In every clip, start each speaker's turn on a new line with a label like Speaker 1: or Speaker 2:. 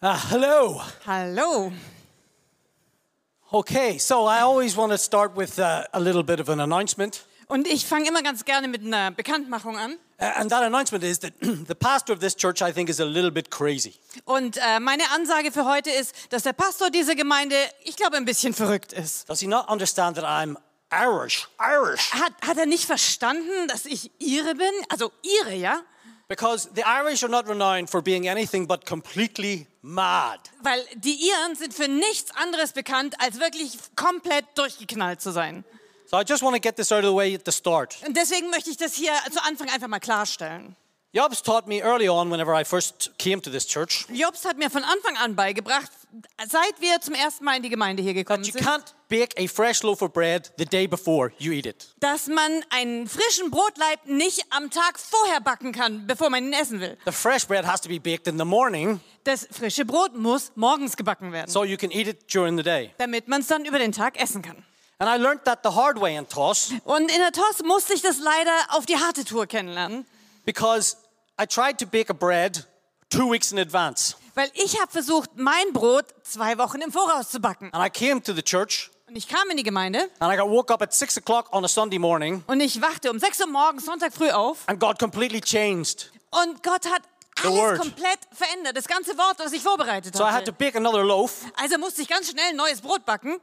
Speaker 1: Uh, hello.
Speaker 2: Hallo.
Speaker 1: Okay, so I always want to start with uh, a little bit of an announcement.
Speaker 2: Und ich fange immer ganz gerne mit einer Bekanntmachung an.
Speaker 1: Uh, and that announcement is that the pastor of this church, I think, is a little bit crazy.
Speaker 2: Und äh, meine Ansage für heute ist, dass der Pastor dieser Gemeinde, ich glaube, ein bisschen verrückt ist.
Speaker 1: Does he not understand that I'm Irish? Irish.
Speaker 2: Hat, hat er nicht verstanden, dass ich Ihre bin? Also Ihre, ja?
Speaker 1: Because the Irish are not renowned for being anything but completely mad.
Speaker 2: Weil die Iren sind für nichts anderes bekannt, als wirklich komplett durchgeknallt zu sein.
Speaker 1: So I just want to get this out of the way at the start.
Speaker 2: Und deswegen möchte ich das hier zu Anfang einfach mal klarstellen.
Speaker 1: Jobs taught me early on, whenever I first came to this church,
Speaker 2: Jobst hat mir von Anfang an beigebracht, seit wir zum ersten Mal in die Gemeinde hier gekommen
Speaker 1: that you
Speaker 2: sind,
Speaker 1: can't bake a fresh loaf of bread the day before you eat it.
Speaker 2: dass man einen frischen Brotleib nicht am Tag vorher backen kann, bevor man ihn essen will.
Speaker 1: The fresh bread has to be baked in the morning
Speaker 2: Das frische Brot muss morgens gebacken werden,
Speaker 1: so you can eat it during the day.
Speaker 2: damit man es dann über den Tag essen kann.
Speaker 1: And I learned that the hard way in TOS
Speaker 2: Und in der TOS musste ich das leider auf die harte Tour kennenlernen,
Speaker 1: because I tried to bake a bread two weeks in advance.
Speaker 2: weil ich habe versucht, mein Brot zwei Wochen im Voraus zu backen.
Speaker 1: And I came to the church
Speaker 2: Und ich kam in die Gemeinde
Speaker 1: and I got woke up at six o'clock on a Sunday morning
Speaker 2: und ich wachte um 6 Uhr morgens Sonntag früh auf
Speaker 1: and God completely changed.
Speaker 2: und Gott hat
Speaker 1: The word.
Speaker 2: alles komplett verändert, das ganze Wort, was ich vorbereitet
Speaker 1: So I had to
Speaker 2: hatte.
Speaker 1: bake another loaf.
Speaker 2: Also musste ich ganz schnell ein neues Brot backen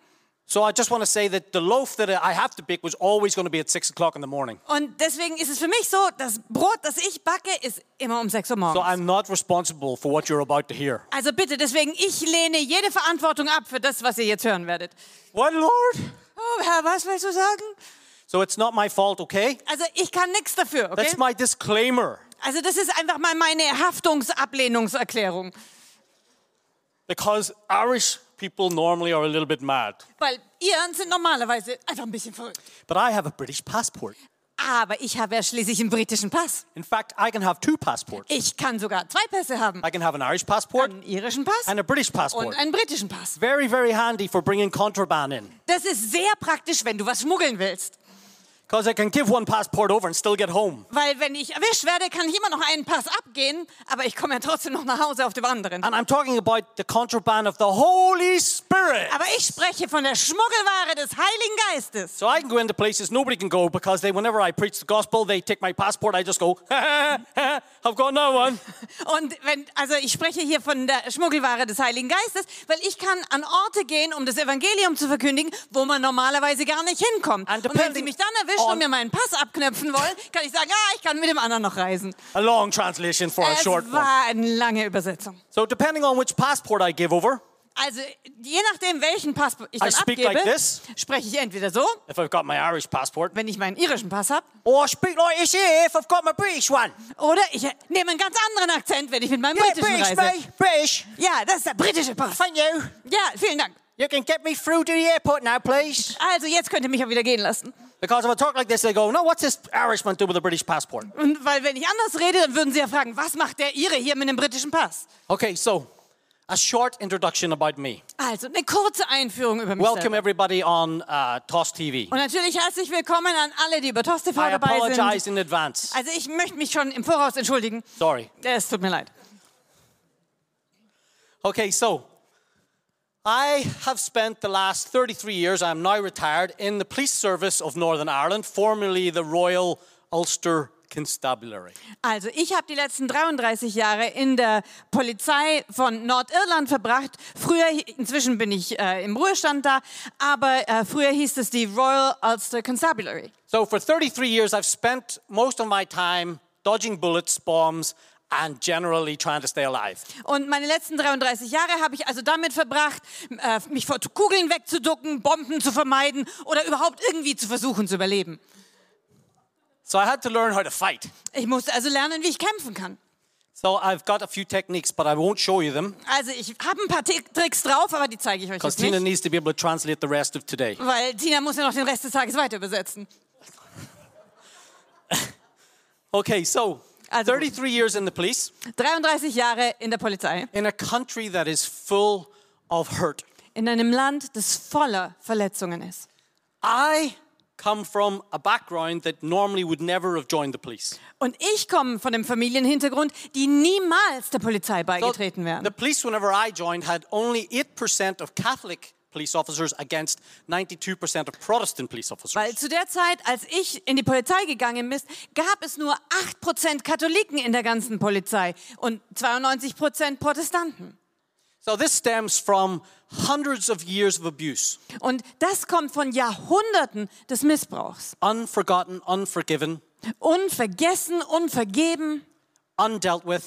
Speaker 1: So I just want to say that the loaf that I have to bake was always going to be at six o'clock in the morning.
Speaker 2: Und deswegen ist es für mich so, das Brot, das ich backe, ist immer um 6 Uhr morgens.
Speaker 1: So I'm not responsible for what you're about to hear.
Speaker 2: also bitte, deswegen, ich lehne jede Verantwortung ab für das, was ihr jetzt hören werdet.
Speaker 1: What, Lord?
Speaker 2: Oh, Herr, was willst du sagen?
Speaker 1: So it's not my fault, okay?
Speaker 2: Also ich kann nichts dafür, okay?
Speaker 1: That's my disclaimer.
Speaker 2: Also das ist einfach mal meine Haftungsablehnungserklärung.
Speaker 1: Because Irish people normally are a little bit mad.
Speaker 2: Weil Iren sind normalerweise einfach ein bisschen verrückt.
Speaker 1: But I have a British passport.
Speaker 2: Aber ich habe ja schließlich einen britischen Pass.
Speaker 1: In fact, I can have two passports.
Speaker 2: Ich kann sogar zwei Pässe haben.
Speaker 1: I can have an Irish passport
Speaker 2: Einen irischen Pass
Speaker 1: and a British
Speaker 2: und
Speaker 1: passport.
Speaker 2: einen britischen Pass.
Speaker 1: Very, very handy for bringing contraband in.
Speaker 2: Das ist sehr praktisch, wenn du was schmuggeln willst.
Speaker 1: Because I can give one passport over and still get home.
Speaker 2: Weil wenn ich erwischt werde, kann ich immer noch einen Pass abgehen, aber ich komme ja trotzdem noch nach Hause auf dem anderen.
Speaker 1: And I'm talking about the contraband of the Holy Spirit.
Speaker 2: Aber ich spreche von der Schmuggelware des Heiligen Geistes.
Speaker 1: So I can go into places nobody can go because they, whenever I preach the gospel, they take my passport. I just go, I've got no one.
Speaker 2: Und wenn, also ich spreche hier von der Schmuggelware des Heiligen Geistes, weil ich kann an Orte gehen, um das Evangelium zu verkündigen, wo man normalerweise gar nicht hinkommt.
Speaker 1: And
Speaker 2: Und wenn
Speaker 1: depending
Speaker 2: sie mich dann erwischen
Speaker 1: on-
Speaker 2: und mir meinen Pass abknöpfen wollen, kann ich sagen, ah, ich kann mit dem anderen noch reisen.
Speaker 1: A long translation for a
Speaker 2: es
Speaker 1: short one.
Speaker 2: war eine lange Übersetzung.
Speaker 1: So depending on which passport I give over,
Speaker 2: Also je nachdem, welchen Pass ich
Speaker 1: I
Speaker 2: dann
Speaker 1: speak
Speaker 2: abgebe,
Speaker 1: like this.
Speaker 2: spreche ich entweder so,
Speaker 1: if I've got my Irish passport,
Speaker 2: wenn ich meinen irischen Pass habe,
Speaker 1: or I speak like this here if I've got my British one.
Speaker 2: Oder ich nehme einen ganz anderen Akzent, wenn ich mit meinem
Speaker 1: Yeah,
Speaker 2: britischen
Speaker 1: British,
Speaker 2: reise.
Speaker 1: mate, British.
Speaker 2: Ja, das ist der britische Pass.
Speaker 1: Thank you.
Speaker 2: Ja, vielen Dank.
Speaker 1: You can get me through to the airport now, please.
Speaker 2: Also jetzt könnt ihr mich auch wieder gehen lassen.
Speaker 1: Because if I talk like this, they go, no, what's this Irishman do with a British passport?
Speaker 2: Und weil wenn ich anders rede, dann würden sie ja fragen, was macht der Ire hier mit dem britischen Pass?
Speaker 1: Okay, so a short introduction about me.
Speaker 2: Also eine kurze Einführung über mich
Speaker 1: Welcome,
Speaker 2: selber.
Speaker 1: everybody, on uh, TOS TV.
Speaker 2: Und natürlich herzlich willkommen an alle, die über TOSTV
Speaker 1: I
Speaker 2: dabei sind.
Speaker 1: apologize in advance.
Speaker 2: Also ich möchte mich schon im Voraus entschuldigen.
Speaker 1: Sorry.
Speaker 2: Es tut mir leid.
Speaker 1: Okay, so I have spent the last 33 years, I'm now retired, in the police service of Northern Ireland, formerly the Royal Ulster Constabulary.
Speaker 2: Also ich habe die letzten 33 Jahre in der Polizei von Nordirland verbracht. Früher, inzwischen bin ich äh, im Ruhestand da, aber äh, früher hieß es die Royal Ulster Constabulary.
Speaker 1: So for 33 years, I've spent most of my time dodging bullets, bombs, and generally trying to stay alive.
Speaker 2: Und meine letzten 33 Jahre habe ich also damit verbracht, äh, mich vor Kugeln wegzuducken, Bomben zu vermeiden oder überhaupt irgendwie zu versuchen zu überleben.
Speaker 1: So I had to learn how to fight.
Speaker 2: Ich musste also lernen, wie ich kämpfen kann.
Speaker 1: So I've got a few techniques, but I won't show you them
Speaker 2: Also ich habe ein paar Ti- Tricks drauf, aber die zeige ich euch
Speaker 1: because
Speaker 2: jetzt
Speaker 1: Tina
Speaker 2: nicht,
Speaker 1: needs to be able to translate the rest of today.
Speaker 2: weil Tina muss ja noch den Rest des Tages weiter übersetzen.
Speaker 1: Okay, so
Speaker 2: Also-
Speaker 1: 33 years in the police,
Speaker 2: 33 Jahre in der Polizei.
Speaker 1: in a country that is full of hurt.
Speaker 2: in einem Land, das voller Verletzungen ist.
Speaker 1: I come from a background that normally would never have joined the police.
Speaker 2: Und ich komme von dem Familienhintergrund, die niemals der Polizei
Speaker 1: So ne
Speaker 2: beigetreten wären.
Speaker 1: the police, whenever I joined, had only 8% of Catholic police officers against 92% of Protestant police officers.
Speaker 2: Weil zu der Zeit, als ich in die Polizei gegangen bin, gab es nur 8% Katholiken in der ganzen Polizei und 92% Protestanten.
Speaker 1: So this stems from hundreds of years of abuse,
Speaker 2: Und das kommt von Jahrhunderten des Missbrauchs.
Speaker 1: unforgotten, unforgiven,
Speaker 2: Unvergessen, unvergeben.
Speaker 1: undealt with,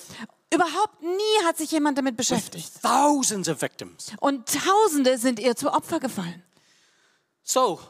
Speaker 2: Überhaupt nie hat sich jemand damit beschäftigt.
Speaker 1: thousands of victims.
Speaker 2: Und Tausende sind ihr zu Opfer gefallen.
Speaker 1: So,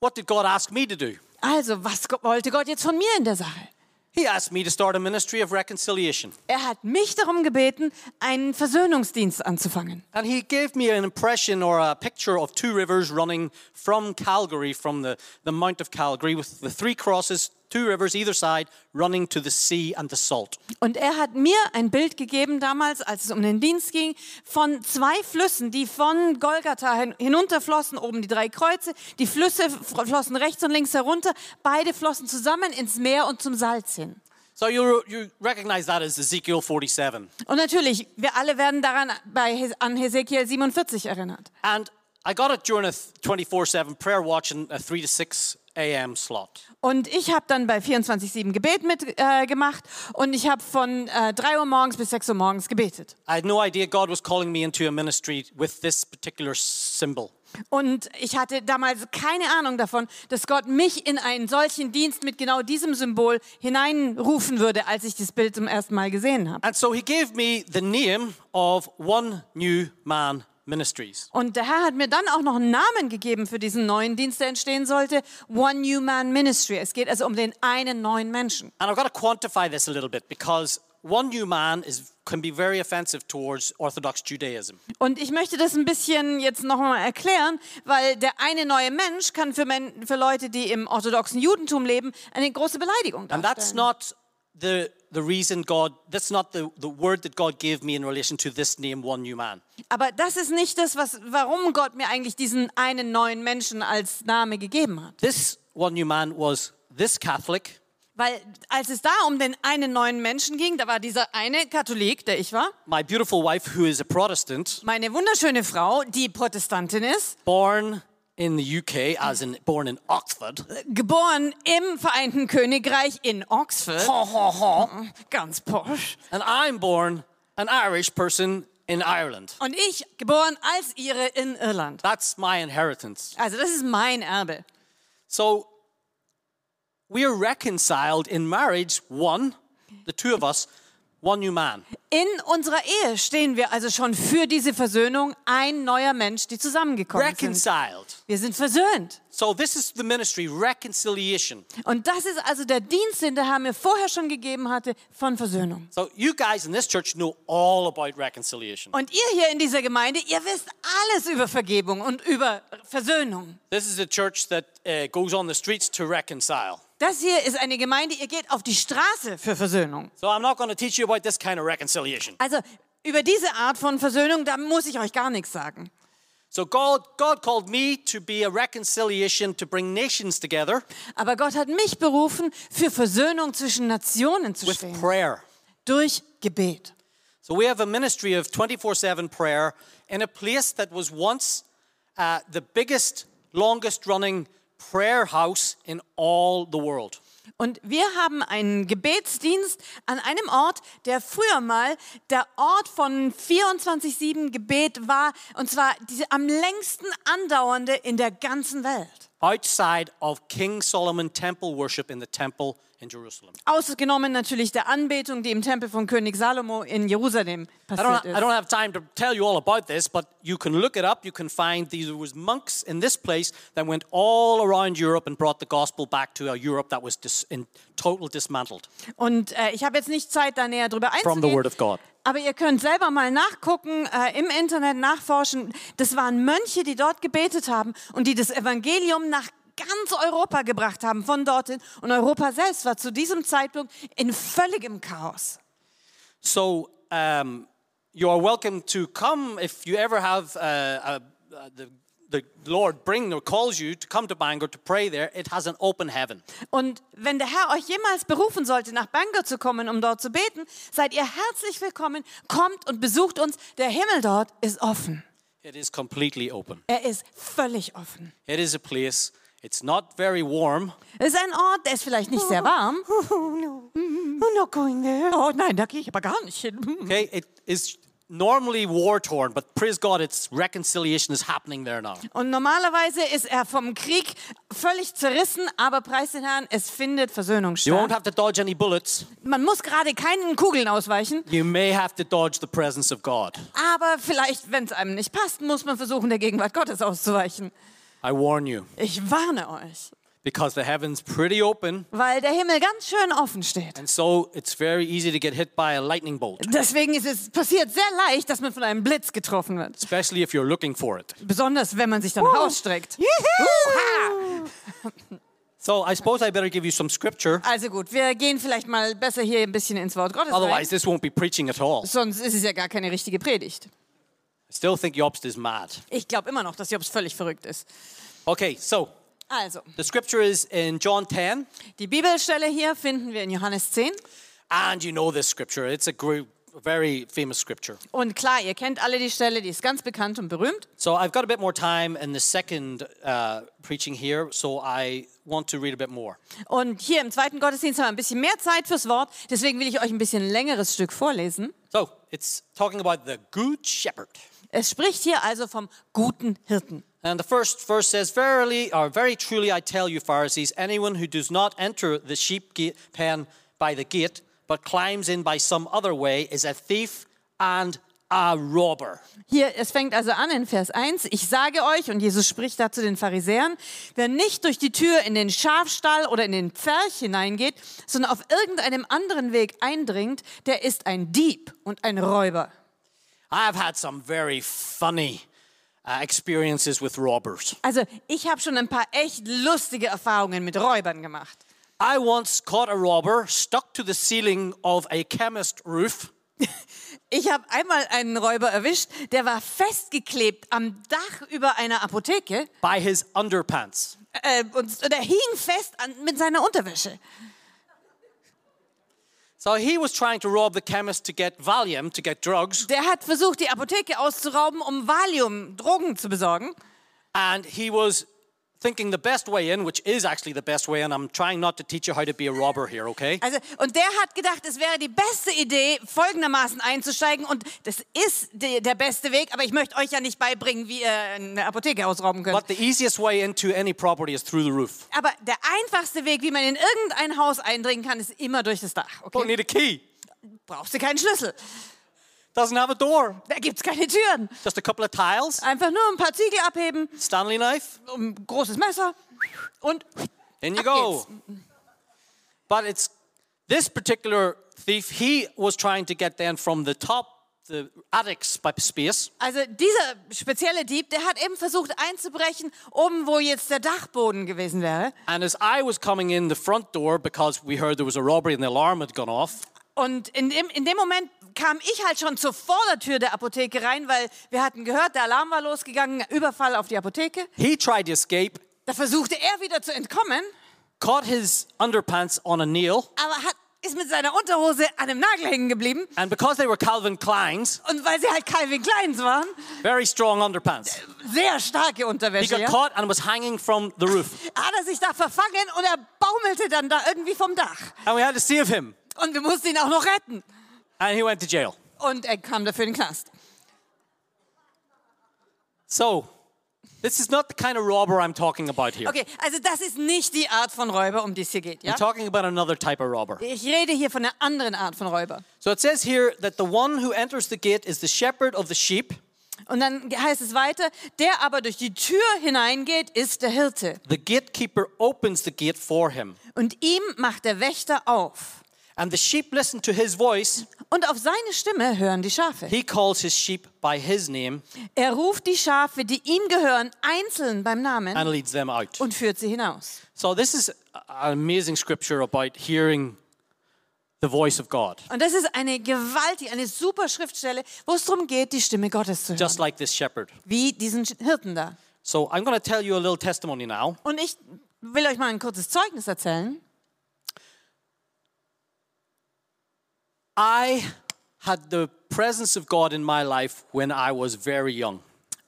Speaker 1: what did God ask me to do?
Speaker 2: Also, was go- wollte Gott jetzt von mir in der Sache?
Speaker 1: He asked me to start a ministry of reconciliation.
Speaker 2: Er hat mich darum gebeten, einen Versöhnungsdienst anzufangen.
Speaker 1: And he gave me an impression or a picture of two rivers running from Calgary, from the, the Mount of Calgary, with the three crosses, two rivers either side, running to the sea and the salt.
Speaker 2: Und er hat mir ein Bild gegeben damals, als es um den Dienst ging, von zwei Flüssen, die von Golgatha hin hinunterflossen, oben die drei Kreuze. Die Flüsse f- flossen rechts und links herunter, beide flossen zusammen ins Meer und zum Salz hin.
Speaker 1: So you, you recognize that as Ezekiel 47.
Speaker 2: Und natürlich, wir alle werden daran bei, Hes- an Hesekiel 47 erinnert.
Speaker 1: And I got it during a 24 7 prayer watch in a 3 to 6 a.m. slot.
Speaker 2: Und ich habe dann bei 24-7 Gebet mitgemacht äh, gemacht und ich habe von äh, 3 Uhr morgens bis 6 Uhr morgens gebetet.
Speaker 1: I had no idea God was calling me into a ministry with this particular symbol.
Speaker 2: Und ich hatte damals keine Ahnung davon, dass Gott mich in einen solchen Dienst mit genau diesem Symbol hineinrufen würde, als ich das Bild zum ersten Mal gesehen habe.
Speaker 1: And so he gave me the name of One New Man Ministries.
Speaker 2: Und der Herr hat mir dann auch noch einen Namen gegeben für diesen neuen Dienst, der entstehen sollte, One New Man Ministry. Es geht also um den einen neuen Menschen.
Speaker 1: And I've got to quantify this a little bit because one new man is, can be very offensive towards Orthodox Judaism.
Speaker 2: Und ich möchte das ein bisschen jetzt nochmal erklären, weil der eine neue Mensch kann für, Men für Leute, die im orthodoxen Judentum leben, eine große Beleidigung
Speaker 1: And that's
Speaker 2: darstellen.
Speaker 1: not the, the reason God, that's not the, the word that God gave me in relation to this name, one new man.
Speaker 2: Aber das ist nicht das, was, warum Gott mir eigentlich diesen einen neuen Menschen als Name gegeben hat.
Speaker 1: This one new man was this Catholic,
Speaker 2: Weil als es da um den einen neuen Menschen ging, da war dieser eine Katholik, der ich war,
Speaker 1: my beautiful wife, who is a Protestant,
Speaker 2: meine wunderschöne Frau, die Protestantin ist,
Speaker 1: born in the UK, as in born in Oxford.
Speaker 2: geboren im Vereinten Königreich in Oxford,
Speaker 1: Ha, ha, ha.
Speaker 2: ganz posch.
Speaker 1: And I'm born an Irish person in Ireland.
Speaker 2: Und ich geboren als ihre in Irland.
Speaker 1: That's my inheritance.
Speaker 2: Also das ist mein Erbe.
Speaker 1: So we are reconciled in marriage, one, the two of us, one new man.
Speaker 2: In unserer Ehe stehen wir also schon für diese Versöhnung, ein neuer Mensch, die zusammengekommen sind.
Speaker 1: Reconciled.
Speaker 2: Wir sind versöhnt.
Speaker 1: So this is the ministry, reconciliation.
Speaker 2: Und das ist also der Dienst, den der Herr mir vorher schon gegeben hatte, von Versöhnung.
Speaker 1: So you guys in this church know all about reconciliation.
Speaker 2: Und ihr hier in dieser Gemeinde, ihr wisst alles über Vergebung und über Versöhnung.
Speaker 1: This is a church that uh, goes on the streets to reconcile.
Speaker 2: Das hier ist eine Gemeinde, ihr geht auf die Straße für Versöhnung.
Speaker 1: So I'm not going to teach you about this kind of reconciliation.
Speaker 2: Also über diese Art von Versöhnung, da muss ich euch gar nichts sagen.
Speaker 1: So God, God called me to be a reconciliation to bring nations together
Speaker 2: Aber Gott hat mich berufen, für Versöhnung zwischen Nationen zu
Speaker 1: with
Speaker 2: stehen.
Speaker 1: prayer.
Speaker 2: Durch Gebet.
Speaker 1: So we have a ministry of 24 7 prayer in a place that was once uh, the biggest, longest running prayer house in all the world.
Speaker 2: Und wir haben einen Gebetsdienst an einem Ort, der früher mal der Ort von 24-7 Gebet war, und zwar diese am längsten andauernde in der ganzen Welt.
Speaker 1: Outside of King Solomon temple worship in the temple in Jerusalem.
Speaker 2: Ausgenommen natürlich der Anbetung, die im Tempel von König Salomo in Jerusalem
Speaker 1: I
Speaker 2: passiert
Speaker 1: don't, I
Speaker 2: ist.
Speaker 1: don't have time to tell you all about this, but you can look it up. You can find these was monks in this place that went all around Europe and brought the gospel back to a Europe that was dis, in total dismantled
Speaker 2: Und äh, ich habe jetzt nicht Zeit, da näher drüber
Speaker 1: from the word
Speaker 2: einzugehen.
Speaker 1: of God.
Speaker 2: Aber ihr könnt selber mal nachgucken, äh, im Internet nachforschen. Das waren Mönche, die dort gebetet haben und die das Evangelium nach ganz Europa gebracht haben, von dorthin. Und Europa selbst war zu diesem Zeitpunkt in völligem Chaos.
Speaker 1: So um, you are welcome to come if you ever have uh, uh, the, the Lord bring or calls you to come to Bangor to pray there, it has an open heaven.
Speaker 2: Und wenn der Herr euch jemals berufen sollte, nach Bangor zu kommen, um dort zu beten, seid ihr herzlich willkommen. Kommt und besucht uns. Der Himmel dort ist offen.
Speaker 1: It is completely open.
Speaker 2: Er ist völlig offen.
Speaker 1: It is a place. It's not very warm,
Speaker 2: Es ist ein Ort, der ist vielleicht nicht sehr warm. I'm not going there. Mm-hmm. Oh nein, da gehe ich aber gar nicht hin.
Speaker 1: Okay, it is normally war torn, but praise God, it's reconciliation is happening there now.
Speaker 2: Und normalerweise ist er vom Krieg völlig zerrissen, aber preis den Herrn, es findet Versöhnung
Speaker 1: You won't
Speaker 2: statt.
Speaker 1: have to dodge any bullets.
Speaker 2: Man muss gerade keinen Kugeln ausweichen,
Speaker 1: You may have to dodge the presence of God.
Speaker 2: aber vielleicht, wenn es einem nicht passt, muss man versuchen, der Gegenwart Gottes auszuweichen.
Speaker 1: I warn you,
Speaker 2: Ich warne euch,
Speaker 1: because the heaven's pretty open,
Speaker 2: weil der Himmel ganz schön offen steht.
Speaker 1: and so it's very easy to get hit by a lightning bolt,
Speaker 2: Deswegen ist es passiert sehr leicht, dass man von einem Blitz getroffen wird.
Speaker 1: especially if you're looking for it.
Speaker 2: Besonders, wenn man sich dann ausstreckt. Uha!
Speaker 1: So I suppose I better give you some scripture,
Speaker 2: Also gut, wir gehen vielleicht mal besser hier ein bisschen ins Wort Gottes rein.
Speaker 1: otherwise, this won't be preaching at all.
Speaker 2: Sonst ist es ja gar keine richtige Predigt.
Speaker 1: I still think Jobst is mad.
Speaker 2: Ich glaube immer noch, dass Jobs völlig verrückt ist.
Speaker 1: Okay, so
Speaker 2: Also,
Speaker 1: the scripture is in John 10,
Speaker 2: die Bibelstelle hier finden wir in Johannes 10.
Speaker 1: and you know this scripture. It's a gr- very famous scripture.
Speaker 2: Und klar, ihr kennt alle die Stelle, die ist ganz bekannt und berühmt.
Speaker 1: So I've got a bit more time in the second uh, preaching here, so I want to read a bit more.
Speaker 2: Und hier im zweiten Gottesdienst haben wir ein bisschen mehr Zeit fürs Wort. Deswegen will ich euch ein bisschen längeres Stück vorlesen.
Speaker 1: So it's talking about the good shepherd.
Speaker 2: Es spricht hier also vom guten Hirten.
Speaker 1: And the first verse says, Verily or very truly I tell you, Pharisees, anyone who does not enter the sheep gate, pen by the gate, but climbs in by some other way, is a thief and a robber.
Speaker 2: Hier, es fängt also an in Vers 1. Ich sage euch, und Jesus spricht da zu den Pharisäern, wer nicht durch die Tür in den Schafstall oder in den Pferch hineingeht, sondern auf irgendeinem anderen Weg eindringt, der ist ein Dieb und ein Räuber.
Speaker 1: I've had some very funny uh, experiences with robbers.
Speaker 2: Also, ich habe schon ein paar echt lustige Erfahrungen mit Räubern gemacht.
Speaker 1: I once caught a robber stuck to the ceiling of a chemist roof.
Speaker 2: Ich habe einmal einen Räuber erwischt, der war festgeklebt am Dach über einer Apotheke
Speaker 1: by his underpants.
Speaker 2: äh, und, und er hing fest an, mit seiner Unterwäsche.
Speaker 1: So he was trying to rob the chemist to get Valium, to get drugs,
Speaker 2: Der hat versucht, die Apotheke auszurauben, um Valium, Drogen zu besorgen.
Speaker 1: and he was thinking the best way in, which is actually the best way in. I'm trying not to teach you how to be a robber here, okay?
Speaker 2: Also, und der hat gedacht, es wäre die beste Idee, folgendermaßen einzusteigen. Und das ist die, der beste Weg, aber ich möchte euch ja nicht beibringen, wie ihr eine Apotheke ausrauben könnt.
Speaker 1: But the easiest way into any property is through the roof.
Speaker 2: Aber der einfachste Weg, wie man in irgendein Haus eindringen kann, ist immer durch das Dach.
Speaker 1: Don't
Speaker 2: Okay?
Speaker 1: need a key.
Speaker 2: Brauchst du keinen Schlüssel.
Speaker 1: Doesn't have a door.
Speaker 2: Da gibt's keine Türen.
Speaker 1: Just a couple of tiles,
Speaker 2: Einfach nur ein paar Ziegel abheben,
Speaker 1: Stanley knife,
Speaker 2: ein großes Messer und
Speaker 1: in you
Speaker 2: Up
Speaker 1: go. But it's this particular thief, he was trying to get then from the top, the attic sp- space,
Speaker 2: Also dieser spezielle Dieb, der hat eben versucht einzubrechen, oben wo jetzt der Dachboden gewesen wäre.
Speaker 1: And as I was coming in the front door because we heard there was a robbery and the alarm had gone off,
Speaker 2: Und in dem, in dem Moment kam ich halt schon zur Vordertür der Apotheke rein, weil wir hatten gehört, der Alarm war losgegangen, Überfall auf die Apotheke.
Speaker 1: he tried to escape,
Speaker 2: Da versuchte er wieder zu entkommen,
Speaker 1: caught his underpants on a nail,
Speaker 2: aber hat, ist mit seiner Unterhose an einem Nagel hängen geblieben.
Speaker 1: and because they were Calvin Klein's,
Speaker 2: Und weil sie halt Calvin Kleins waren,
Speaker 1: very strong underpants,
Speaker 2: sehr starke
Speaker 1: he
Speaker 2: Unterwäsche,
Speaker 1: got
Speaker 2: ja,
Speaker 1: caught and was hanging from the roof.
Speaker 2: hat er sich da verfangen und er baumelte dann da irgendwie vom Dach.
Speaker 1: And we had to save him,
Speaker 2: Und wir mussten ihn auch noch retten.
Speaker 1: and he went to jail.
Speaker 2: Und er kam dafür in den Knast.
Speaker 1: So, this is not the kind of robber I'm talking about here.
Speaker 2: Okay, also das ist nicht die Art von Räuber, um die es hier geht, ja?
Speaker 1: I'm talking about another type of robber.
Speaker 2: Ich rede hier von einer anderen Art von Räuber.
Speaker 1: So it says here that the one who enters the gate is the shepherd of the sheep.
Speaker 2: Und dann heißt es weiter, der aber durch die Tür hineingeht, ist der Hirte.
Speaker 1: The gatekeeper opens the gate for him,
Speaker 2: Und ihm macht der Wächter auf.
Speaker 1: and the sheep listen to his voice.
Speaker 2: Und auf seine Stimme hören die Schafe.
Speaker 1: He calls his sheep by his name
Speaker 2: Er ruft die Schafe, die ihm gehören, einzeln beim Namen
Speaker 1: and leads them out.
Speaker 2: und führt sie hinaus.
Speaker 1: So, this is an amazing scripture about hearing the voice of God,
Speaker 2: Und das ist eine gewaltige, eine super Schriftstelle, wo es darum geht, die Stimme Gottes zu hören.
Speaker 1: just like this shepherd.
Speaker 2: Wie diesen Hirten da.
Speaker 1: So I'm going to tell you a little testimony now.
Speaker 2: Und ich will euch mal ein kurzes Zeugnis erzählen.
Speaker 1: I had the presence of God in my life when I was very young.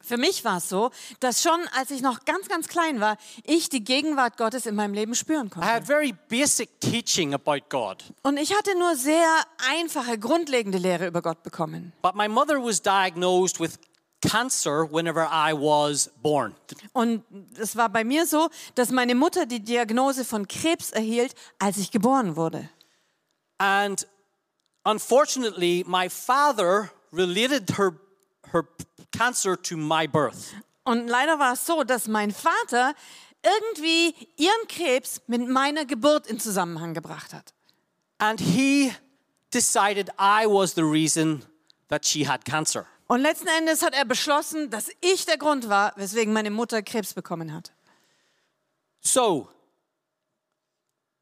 Speaker 2: Für mich war es so, dass schon als ich noch ganz, ganz klein war, ich die Gegenwart Gottes in meinem Leben spüren
Speaker 1: I
Speaker 2: konnte.
Speaker 1: had very basic teaching about God,
Speaker 2: Und ich hatte nur sehr einfache, grundlegende Lehre über Gott bekommen.
Speaker 1: but my mother was diagnosed with cancer whenever I was born.
Speaker 2: Und es war bei mir so, dass meine Mutter die Diagnose von Krebs erhielt, als ich geboren wurde.
Speaker 1: And unfortunately, my father related her, her cancer to my birth.
Speaker 2: Und leider war es so, dass mein Vater irgendwie ihren Krebs mit meiner Geburt in Zusammenhang gebracht hat.
Speaker 1: And he decided I was the reason that she had cancer.
Speaker 2: Und letzten Endes hat er beschlossen, dass ich der Grund war, weswegen meine Mutter Krebs bekommen hat.
Speaker 1: So,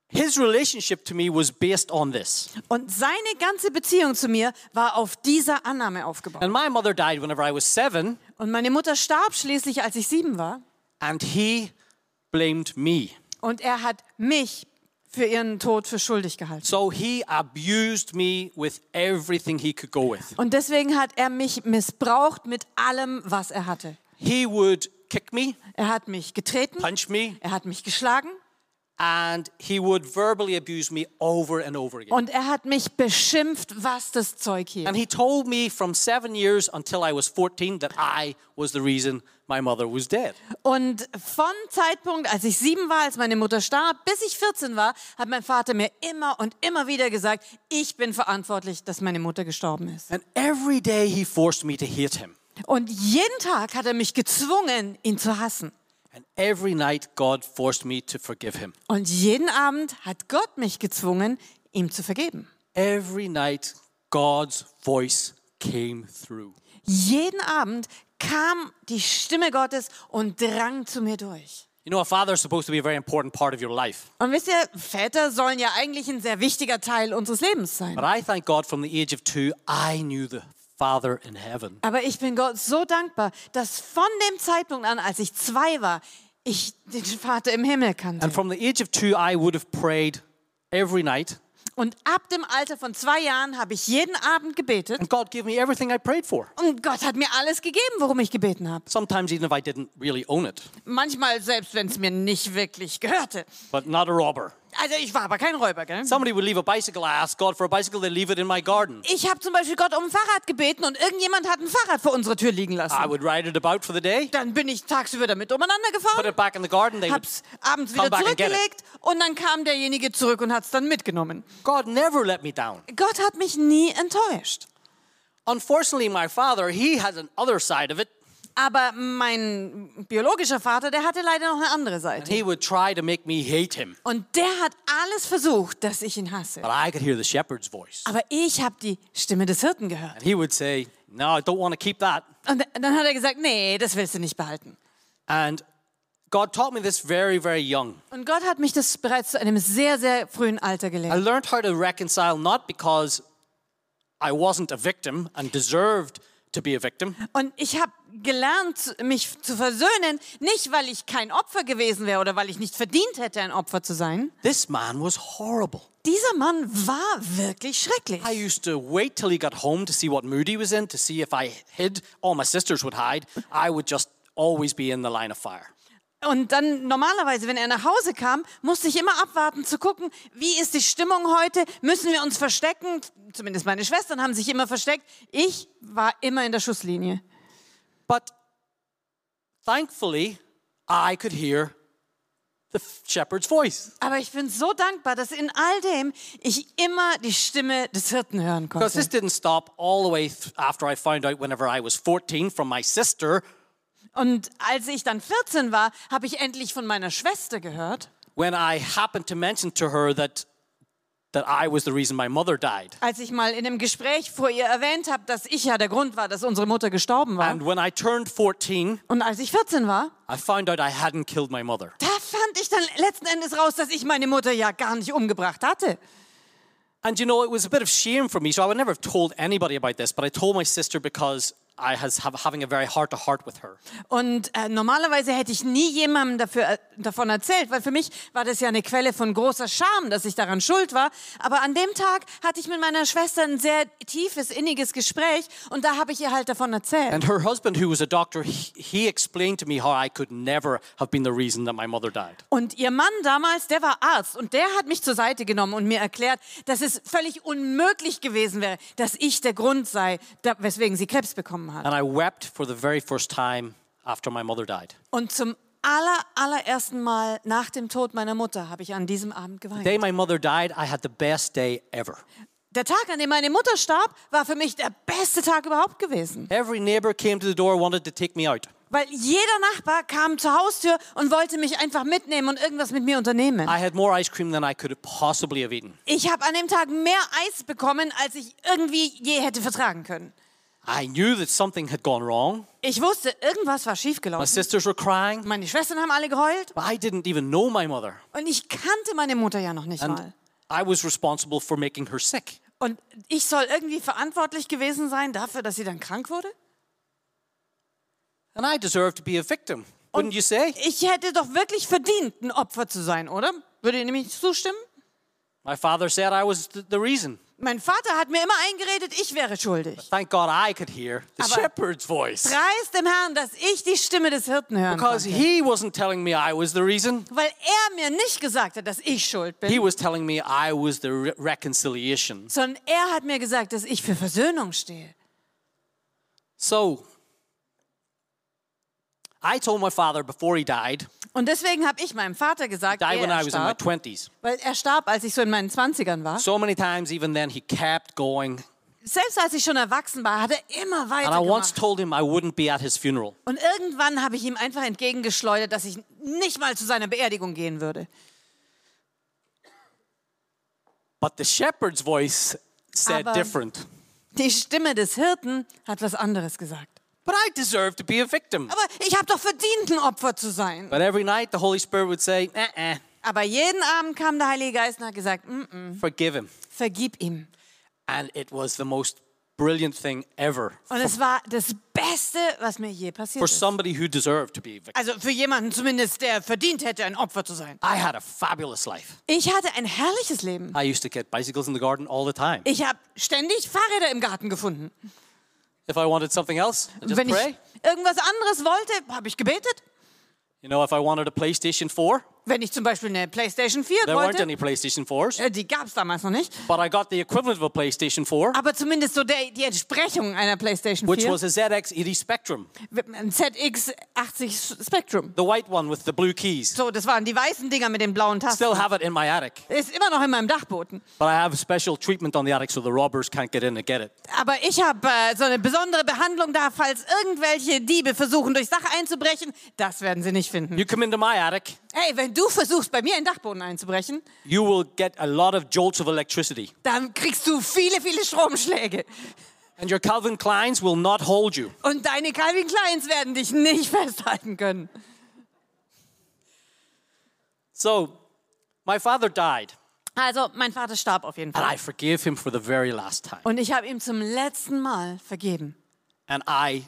Speaker 1: his relationship to me was based on this.
Speaker 2: Und seine ganze Beziehung zu mir war auf dieser Annahme aufgebaut.
Speaker 1: And my mother died whenever I was seven,
Speaker 2: Und meine Mutter starb schließlich, als ich sieben war.
Speaker 1: and he blamed me.
Speaker 2: Und er hat mich für ihren Tod für schuldig gehalten.
Speaker 1: So he abused me with everything he could go with.
Speaker 2: Und deswegen hat er mich missbraucht mit allem, was er hatte.
Speaker 1: He would kick me,
Speaker 2: Er hat mich getreten,
Speaker 1: punch me,
Speaker 2: er hat mich geschlagen
Speaker 1: and he would verbally abuse me over and over again.
Speaker 2: und er hat mich beschimpft, was das Zeug hielt.
Speaker 1: And he told me from seven years until I was 14 that I was the reason my mother was dead.
Speaker 2: Und von Zeitpunkt, als ich sieben war, als meine Mutter starb, bis ich 14 war, hat mein Vater mir immer und immer wieder gesagt, ich bin verantwortlich, dass meine Mutter gestorben ist.
Speaker 1: And every day he forced me to hate him.
Speaker 2: Und jeden Tag hat er mich gezwungen, ihn zu hassen.
Speaker 1: And every night God forced me to forgive him.
Speaker 2: Und jeden Abend hat Gott mich gezwungen, ihm zu vergeben.
Speaker 1: Every night God's voice came through.
Speaker 2: Jeden Abend kam die Stimme Gottes und drang zu mir durch.
Speaker 1: You know, a father is supposed to be a very important part of your life.
Speaker 2: Und wisst ihr, Väter sollen ja eigentlich ein sehr wichtiger Teil unseres Lebens sein.
Speaker 1: But I thank God from the age of two, I knew the Father in heaven.
Speaker 2: Aber ich bin Gott so dankbar, dass von dem Zeitpunkt an, als ich zwei war, ich den Vater im Himmel kannte.
Speaker 1: And from the age of two, I would have prayed every night.
Speaker 2: Und ab dem Alter von zwei Jahren habe ich jeden Abend gebetet.
Speaker 1: And God gave me everything I prayed for.
Speaker 2: Und Gott hat mir alles gegeben, worum ich gebeten habe.
Speaker 1: Sometimes, even if I didn't really own it,
Speaker 2: Manchmal selbst, wenn es mir nicht wirklich gehörte.
Speaker 1: but not a robber.
Speaker 2: Also ich war aber kein Räuber, gell?
Speaker 1: Somebody would leave a bicycle. I asked God for a bicycle. They leave it in my garden.
Speaker 2: Ich habe zum Beispiel Gott um ein Fahrrad gebeten und irgendjemand hat ein Fahrrad vor unserer Tür liegen lassen.
Speaker 1: I would ride it about for the day,
Speaker 2: Dann bin ich tagsüber damit umeinander
Speaker 1: put
Speaker 2: gefahren,
Speaker 1: it back in the garden. They would...
Speaker 2: hab's abends
Speaker 1: Come
Speaker 2: wieder
Speaker 1: back and get it.
Speaker 2: zurückgelegt und dann kam derjenige zurück und hat's dann mitgenommen.
Speaker 1: God never let me down.
Speaker 2: Gott hat mich nie enttäuscht.
Speaker 1: Unfortunately, my father, he has another side of it.
Speaker 2: Aber mein biologischer Vater, der hatte leider noch eine andere Seite.
Speaker 1: He would try to make me hate him.
Speaker 2: Und der hat alles versucht, dass ich ihn hasse.
Speaker 1: But I could hear the shepherd's voice.
Speaker 2: Aber ich habe die Stimme des Hirten gehört.
Speaker 1: And he would say, No, I don't want to keep that.
Speaker 2: Und dann hat er gesagt, nee, das willst du nicht behalten.
Speaker 1: And God taught me this very, very young.
Speaker 2: Und Gott hat mich das bereits zu einem sehr, sehr frühen Alter gelehrt.
Speaker 1: I learned how to reconcile not because I wasn't a victim and deserved to be a victim,
Speaker 2: Und ich habe gelernt, mich zu versöhnen, nicht weil ich kein Opfer gewesen wäre oder weil ich nicht verdient hätte, ein Opfer zu sein.
Speaker 1: This man was horrible.
Speaker 2: Dieser Mann war wirklich schrecklich.
Speaker 1: I used to wait till he got home to see what mood he was in, to see if I hid. All my sisters would hide. I would just always be in the line of fire.
Speaker 2: Und dann normalerweise, wenn er nach Hause kam, musste ich immer abwarten zu gucken, wie ist die Stimmung heute? Müssen wir uns verstecken? Zumindest meine Schwestern haben sich immer versteckt. Ich war immer in der Schusslinie.
Speaker 1: But thankfully, I could hear the shepherd's voice.
Speaker 2: Aber ich bin so dankbar, dass in all dem ich immer die Stimme des Hirten hören
Speaker 1: Because
Speaker 2: konnte.
Speaker 1: this didn't stop all the way th- after I found out whenever I was 14 from my sister.
Speaker 2: Und als ich dann 14 war, habe ich endlich von meiner Schwester gehört,
Speaker 1: when I happened to mention to her that that I was the reason my mother died.
Speaker 2: als ich mal in einem Gespräch vor ihr erwähnt habe, dass ich ja der Grund war, dass unsere Mutter gestorben war.
Speaker 1: And when I turned 14,
Speaker 2: Und als ich 14 war,
Speaker 1: I found out I hadn't killed my mother.
Speaker 2: da fand ich dann letzten Endes raus, dass ich meine Mutter ja gar nicht umgebracht hatte.
Speaker 1: And you know, it was a bit of shame for me, so I would never have told anybody about this, but I told my sister because I was have, having a very heart to heart with her.
Speaker 2: Und äh, normalerweise hätte ich nie jemandem dafür, äh, davon erzählt, weil für mich war das ja eine Quelle von großer Scham, dass ich daran schuld war. Aber an dem Tag hatte ich mit meiner Schwester ein sehr tiefes, inniges Gespräch und da habe ich ihr halt davon erzählt.
Speaker 1: And her husband, who was a doctor, he, he explained to me how I could never have been the reason that my mother died.
Speaker 2: Und ihr Mann damals, der war Arzt und der hat mich zur Seite genommen und mir erklärt, dass es völlig unmöglich gewesen wäre, dass ich der Grund sei, da, weswegen sie Krebs bekommen hat.
Speaker 1: And I wept for the very first time after my mother died.
Speaker 2: Und zum aller, allerersten Mal nach dem Tod meiner Mutter habe ich an diesem Abend geweint.
Speaker 1: The day my mother died, I had the best day ever.
Speaker 2: Der Tag, an dem meine Mutter starb, war für mich der beste Tag überhaupt gewesen.
Speaker 1: Every neighbor came to the door, wanted to take me out.
Speaker 2: Weil jeder Nachbar kam zur Haustür und wollte mich einfach mitnehmen und irgendwas mit mir unternehmen.
Speaker 1: I had more ice cream than I could possibly have eaten.
Speaker 2: Ich habe an dem Tag mehr Eis bekommen, als ich irgendwie je hätte vertragen können.
Speaker 1: I knew that something had gone wrong.
Speaker 2: Ich wusste, irgendwas war
Speaker 1: My
Speaker 2: schiefgelaufen.
Speaker 1: sisters were crying,
Speaker 2: Meine Schwestern haben alle geheult
Speaker 1: but I didn't even know my mother.
Speaker 2: und ich kannte meine Mutter ja noch nicht mal.
Speaker 1: And I was responsible for making her sick.
Speaker 2: Und ich soll irgendwie verantwortlich gewesen sein dafür, dass sie dann krank wurde?
Speaker 1: And I deserve to be a victim, wouldn't you say?
Speaker 2: Ich hätte doch wirklich verdient, ein Opfer zu sein, oder? Würde ihr nämlich zustimmen?
Speaker 1: My father said I was th- the reason.
Speaker 2: Mein Vater hat mir immer eingeredet, ich wäre schuldig.
Speaker 1: Thank God I could hear the
Speaker 2: Aber-
Speaker 1: shepherd's voice.
Speaker 2: Preis dem Herrn, dass ich die Stimme des Hirten hören
Speaker 1: Because
Speaker 2: konnte.
Speaker 1: he wasn't telling me I was the reason.
Speaker 2: Weil er mir nicht gesagt hat, dass ich schuld
Speaker 1: He
Speaker 2: bin,
Speaker 1: was telling me I was the re- reconciliation.
Speaker 2: sondern er hat mir gesagt, dass ich für Versöhnung stehe.
Speaker 1: So, I told my father before he died,
Speaker 2: Und deswegen habe ich meinem Vater gesagt,
Speaker 1: died
Speaker 2: ehe
Speaker 1: when I
Speaker 2: er
Speaker 1: was in my
Speaker 2: starb,
Speaker 1: 20s.
Speaker 2: weil er starb, als ich so in meinen 20ern war.
Speaker 1: So many times, even then, he kept going.
Speaker 2: Selbst als ich schon erwachsen war, hat er
Speaker 1: And
Speaker 2: immer
Speaker 1: I once
Speaker 2: weitergemacht.
Speaker 1: told him I wouldn't be at his funeral.
Speaker 2: Und irgendwann habe ich ihm einfach entgegengeschleudert, dass ich nicht mal zu seiner Beerdigung gehen würde.
Speaker 1: But the shepherd's voice said
Speaker 2: Aber-
Speaker 1: different.
Speaker 2: Die Stimme des Hirten hat was anderes gesagt.
Speaker 1: But I deserve to be a victim.
Speaker 2: Aber ich habe doch verdient, ein Opfer zu sein.
Speaker 1: But every night, the Holy Spirit would say, uh-uh,
Speaker 2: Aber jeden Abend kam der Heilige Geist und hat gesagt, "Mm, mm,
Speaker 1: forgive him.
Speaker 2: vergib ihm.
Speaker 1: And it was the most brilliant thing ever
Speaker 2: Und es war das Beste, was mir je passiert
Speaker 1: for
Speaker 2: ist.
Speaker 1: somebody who deserved to be a victim.
Speaker 2: Also für jemanden zumindest, der verdient hätte, ein Opfer zu sein.
Speaker 1: I had a fabulous life.
Speaker 2: Ich hatte ein herrliches Leben.
Speaker 1: I used to get bicycles in the garden all the time.
Speaker 2: Ich habe ständig Fahrräder im Garten gefunden.
Speaker 1: If I wanted something else, I
Speaker 2: Und
Speaker 1: just
Speaker 2: wenn ich
Speaker 1: pray.
Speaker 2: irgendwas anderes wollte, habe ich gebetet.
Speaker 1: You know, if I wanted a PlayStation 4,
Speaker 2: Wenn ich zum Beispiel eine PlayStation 4
Speaker 1: there weren't
Speaker 2: wollte,
Speaker 1: any PlayStation 4s,
Speaker 2: äh, die gab es damals noch nicht,
Speaker 1: but I got the equivalent of a PlayStation 4,
Speaker 2: aber zumindest so der, die Entsprechung einer PlayStation
Speaker 1: which
Speaker 2: 4,
Speaker 1: was a ZX80 Spectrum,
Speaker 2: ein ZX80 Spectrum.
Speaker 1: the white one with the blue keys.
Speaker 2: So, das waren die weißen Dinger mit den blauen Tasten.
Speaker 1: Still have it in my attic,
Speaker 2: Ist immer noch in meinem Dachboden.
Speaker 1: but I have special treatment on the attic so the robbers can't get in and get it.
Speaker 2: Aber ich habe äh, so eine besondere Behandlung da, falls irgendwelche Diebe versuchen, durch Sache einzubrechen. Das werden sie nicht finden.
Speaker 1: You come into my attic,
Speaker 2: Hey, wenn du versuchst, bei mir in den Dachboden einzubrechen,
Speaker 1: you will get a lot of jolts of electricity,
Speaker 2: dann kriegst du viele, viele Stromschläge.
Speaker 1: and your Calvin Kleins will not hold you.
Speaker 2: Und deine Calvin Kleins werden dich nicht festhalten können.
Speaker 1: So, my father died,
Speaker 2: Also, mein Vater starb auf jeden
Speaker 1: and
Speaker 2: Fall.
Speaker 1: I forgave him for the very last time.
Speaker 2: Und ich habe ihm zum letzten Mal vergeben.
Speaker 1: and I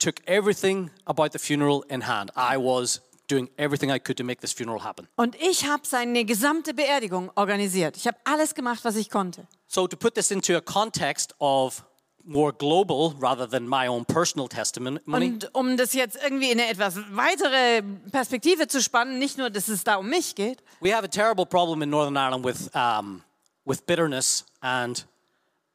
Speaker 1: took everything about the funeral in hand. I was doing everything I could to make this funeral happen.
Speaker 2: Und ich habe seine gesamte Beerdigung organisiert. Ich habe alles gemacht, was ich konnte.
Speaker 1: So, to put this into a context of more global rather than my own personal testimony,
Speaker 2: Und um das jetzt irgendwie in eine etwas weitere Perspektive zu spannen, nicht nur, dass es da um mich geht.
Speaker 1: we have a terrible problem in Northern Ireland with, um, with bitterness and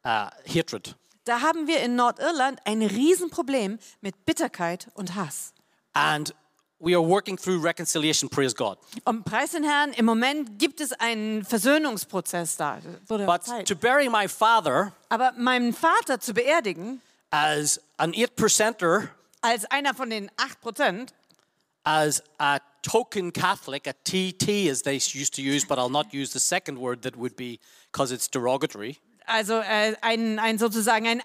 Speaker 1: uh, hatred.
Speaker 2: Da haben wir in Nordirland ein Riesenproblem mit Bitterkeit und Hass.
Speaker 1: And we are working through reconciliation, praise God.
Speaker 2: Um Preis den Herrn, im Moment gibt es einen Versöhnungsprozess da. Wurde
Speaker 1: But
Speaker 2: Zeit.
Speaker 1: to bury my father
Speaker 2: Aber meinen Vater zu beerdigen,
Speaker 1: as an 8%er,
Speaker 2: als einer von den 8%,
Speaker 1: as a token Catholic, a TT as they used to use, but I'll not use the second word that would be because it's derogatory.
Speaker 2: also äh, ein, ein sozusagen ein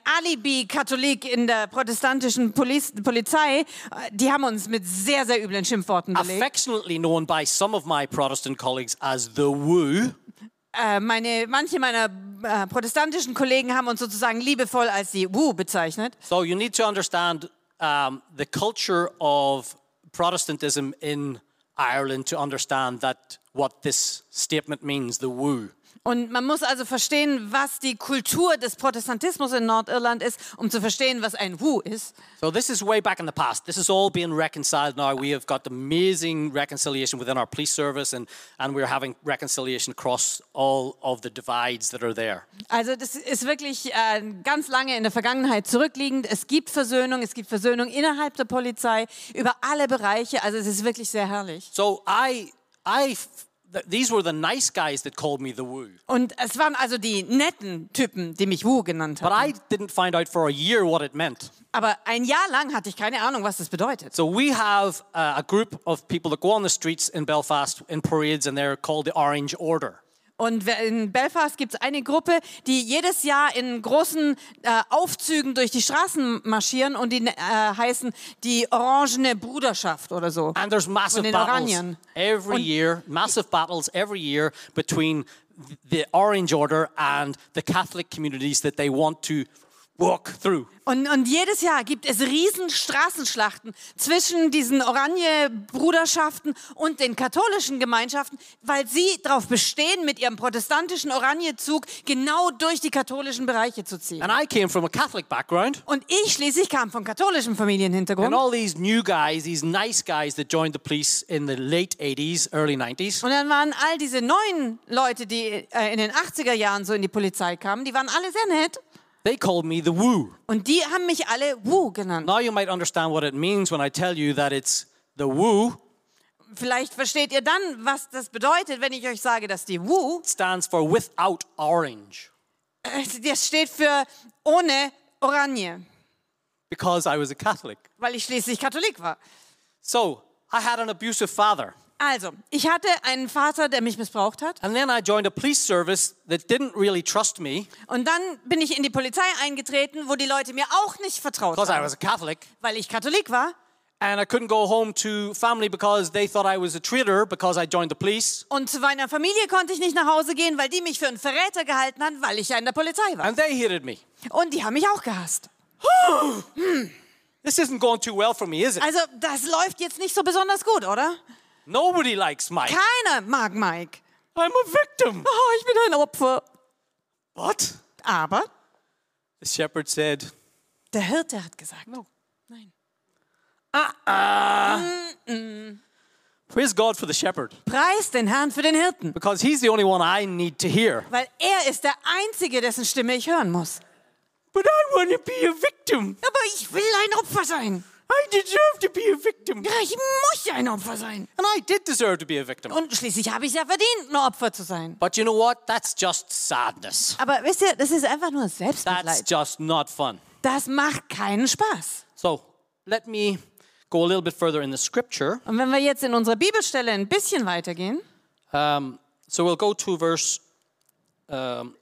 Speaker 2: Alibi-Katholik in der protestantischen Poliz Polizei, äh, die haben uns mit sehr, sehr üblen Schimpfworten belegt.
Speaker 1: Affectionately known by some of my Protestant colleagues as the woo,
Speaker 2: Äh, meine, manche meiner äh, protestantischen Kollegen haben uns sozusagen liebevoll als die Wu bezeichnet.
Speaker 1: So you need to understand um, the culture of Protestantism in Ireland to understand that what this statement means, the woo.
Speaker 2: Und man muss also verstehen, was die Kultur des Protestantismus in Nordirland ist, um zu verstehen, was ein Wu ist.
Speaker 1: So this is way back in the past. This is all being reconciled now. We have got amazing reconciliation within our police service and, and we're having reconciliation across all of the divides that are there.
Speaker 2: Also das ist wirklich äh, ganz lange in der Vergangenheit zurückliegend. Es gibt Versöhnung, es gibt Versöhnung innerhalb der Polizei, über alle Bereiche. Also es ist wirklich sehr herrlich.
Speaker 1: So I, I, f- th- these were the nice guys that called me the woo.
Speaker 2: Und es waren also die netten Typen, die mich Wu genannt
Speaker 1: But
Speaker 2: haben.
Speaker 1: I didn't find out for a year what it meant.
Speaker 2: Aber ein Jahr lang hatte ich keine Ahnung, was das bedeutet.
Speaker 1: So we have uh, a group of people that go on the streets in Belfast in parades, and they're called the Orange Order.
Speaker 2: Und wer- in Belfast gibt es eine Gruppe, die jedes Jahr in großen äh, Aufzügen durch die Straßen marschieren und die äh, heißen die Orangene Bruderschaft oder so.
Speaker 1: And there's massive
Speaker 2: in
Speaker 1: battles
Speaker 2: Oranien.
Speaker 1: every
Speaker 2: Und-
Speaker 1: year, massive battles every year between th- the Orange Order and the Catholic communities that they want to walk through.
Speaker 2: Und, und jedes Jahr gibt es riesen Straßenschlachten zwischen diesen Oranje-Bruderschaften und den katholischen Gemeinschaften, weil sie darauf bestehen, mit ihrem protestantischen Oranje-Zug genau durch die katholischen Bereiche zu ziehen.
Speaker 1: And I came from a Catholic background.
Speaker 2: Und ich schließlich kam von katholischem Familienhintergrund.
Speaker 1: And all these new guys, these nice guys that joined the police in the late 80s, early 90s,
Speaker 2: Und dann waren all diese neuen Leute, die äh, in den 80er Jahren so in die Polizei kamen, die waren alle sehr nett.
Speaker 1: they called me the woo.
Speaker 2: Und die haben mich alle Wu genannt.
Speaker 1: Now you might understand what it means when I tell you that it's the woo
Speaker 2: Vielleicht versteht ihr dann, was das bedeutet, wenn ich euch sage, dass die Wu,
Speaker 1: stands for without orange
Speaker 2: äh, das steht für ohne Oranje,
Speaker 1: because I was a Catholic.
Speaker 2: weil ich schließlich Katholik war.
Speaker 1: So I had an abusive father.
Speaker 2: Also, ich hatte einen Vater, der mich missbraucht hat.
Speaker 1: And then I joined a police service that didn't really trust me
Speaker 2: Und dann bin ich in die Polizei eingetreten, wo die Leute mir auch nicht vertraut
Speaker 1: because I
Speaker 2: haben,
Speaker 1: was a Catholic.
Speaker 2: weil ich Katholik war.
Speaker 1: And I couldn't go home to family because they thought I was a traitor because I joined the police.
Speaker 2: Und zu meiner Familie konnte ich nicht nach Hause gehen, weil die mich für einen Verräter gehalten haben, weil ich ja in der Polizei war.
Speaker 1: And they hated me.
Speaker 2: Und die haben mich auch gehasst.
Speaker 1: This isn't going too well for me, is it?
Speaker 2: Also, das läuft jetzt nicht so besonders gut, oder?
Speaker 1: Nobody likes Mike.
Speaker 2: Keiner mag Mike.
Speaker 1: I'm a victim.
Speaker 2: Oh, ich bin ein Opfer.
Speaker 1: What?
Speaker 2: Aber
Speaker 1: The shepherd said,
Speaker 2: der Hirte hat gesagt. Nein.
Speaker 1: Praise God for the shepherd
Speaker 2: Preis den Herrn für den Hirten,
Speaker 1: because he's the only one I need to hear.
Speaker 2: weil er ist der Einzige, dessen Stimme ich hören muss.
Speaker 1: But I want to be a victim.
Speaker 2: Aber ich will ein Opfer sein.
Speaker 1: I deserve to be a victim.
Speaker 2: Ja, ich muss ja ein Opfer sein.
Speaker 1: And I did deserve to be a victim.
Speaker 2: Und schließlich habe ich ja verdient, ein Opfer zu sein.
Speaker 1: But you know what? That's just sadness.
Speaker 2: Aber wisst ihr, das ist einfach nur Selbstmitleid.
Speaker 1: That's just not fun.
Speaker 2: Das macht keinen Spaß.
Speaker 1: So let me go a little bit further in the scripture.
Speaker 2: Und wenn wir jetzt in unserer Bibelstelle ein bisschen weitergehen,
Speaker 1: Um, so we'll go to verse. Um,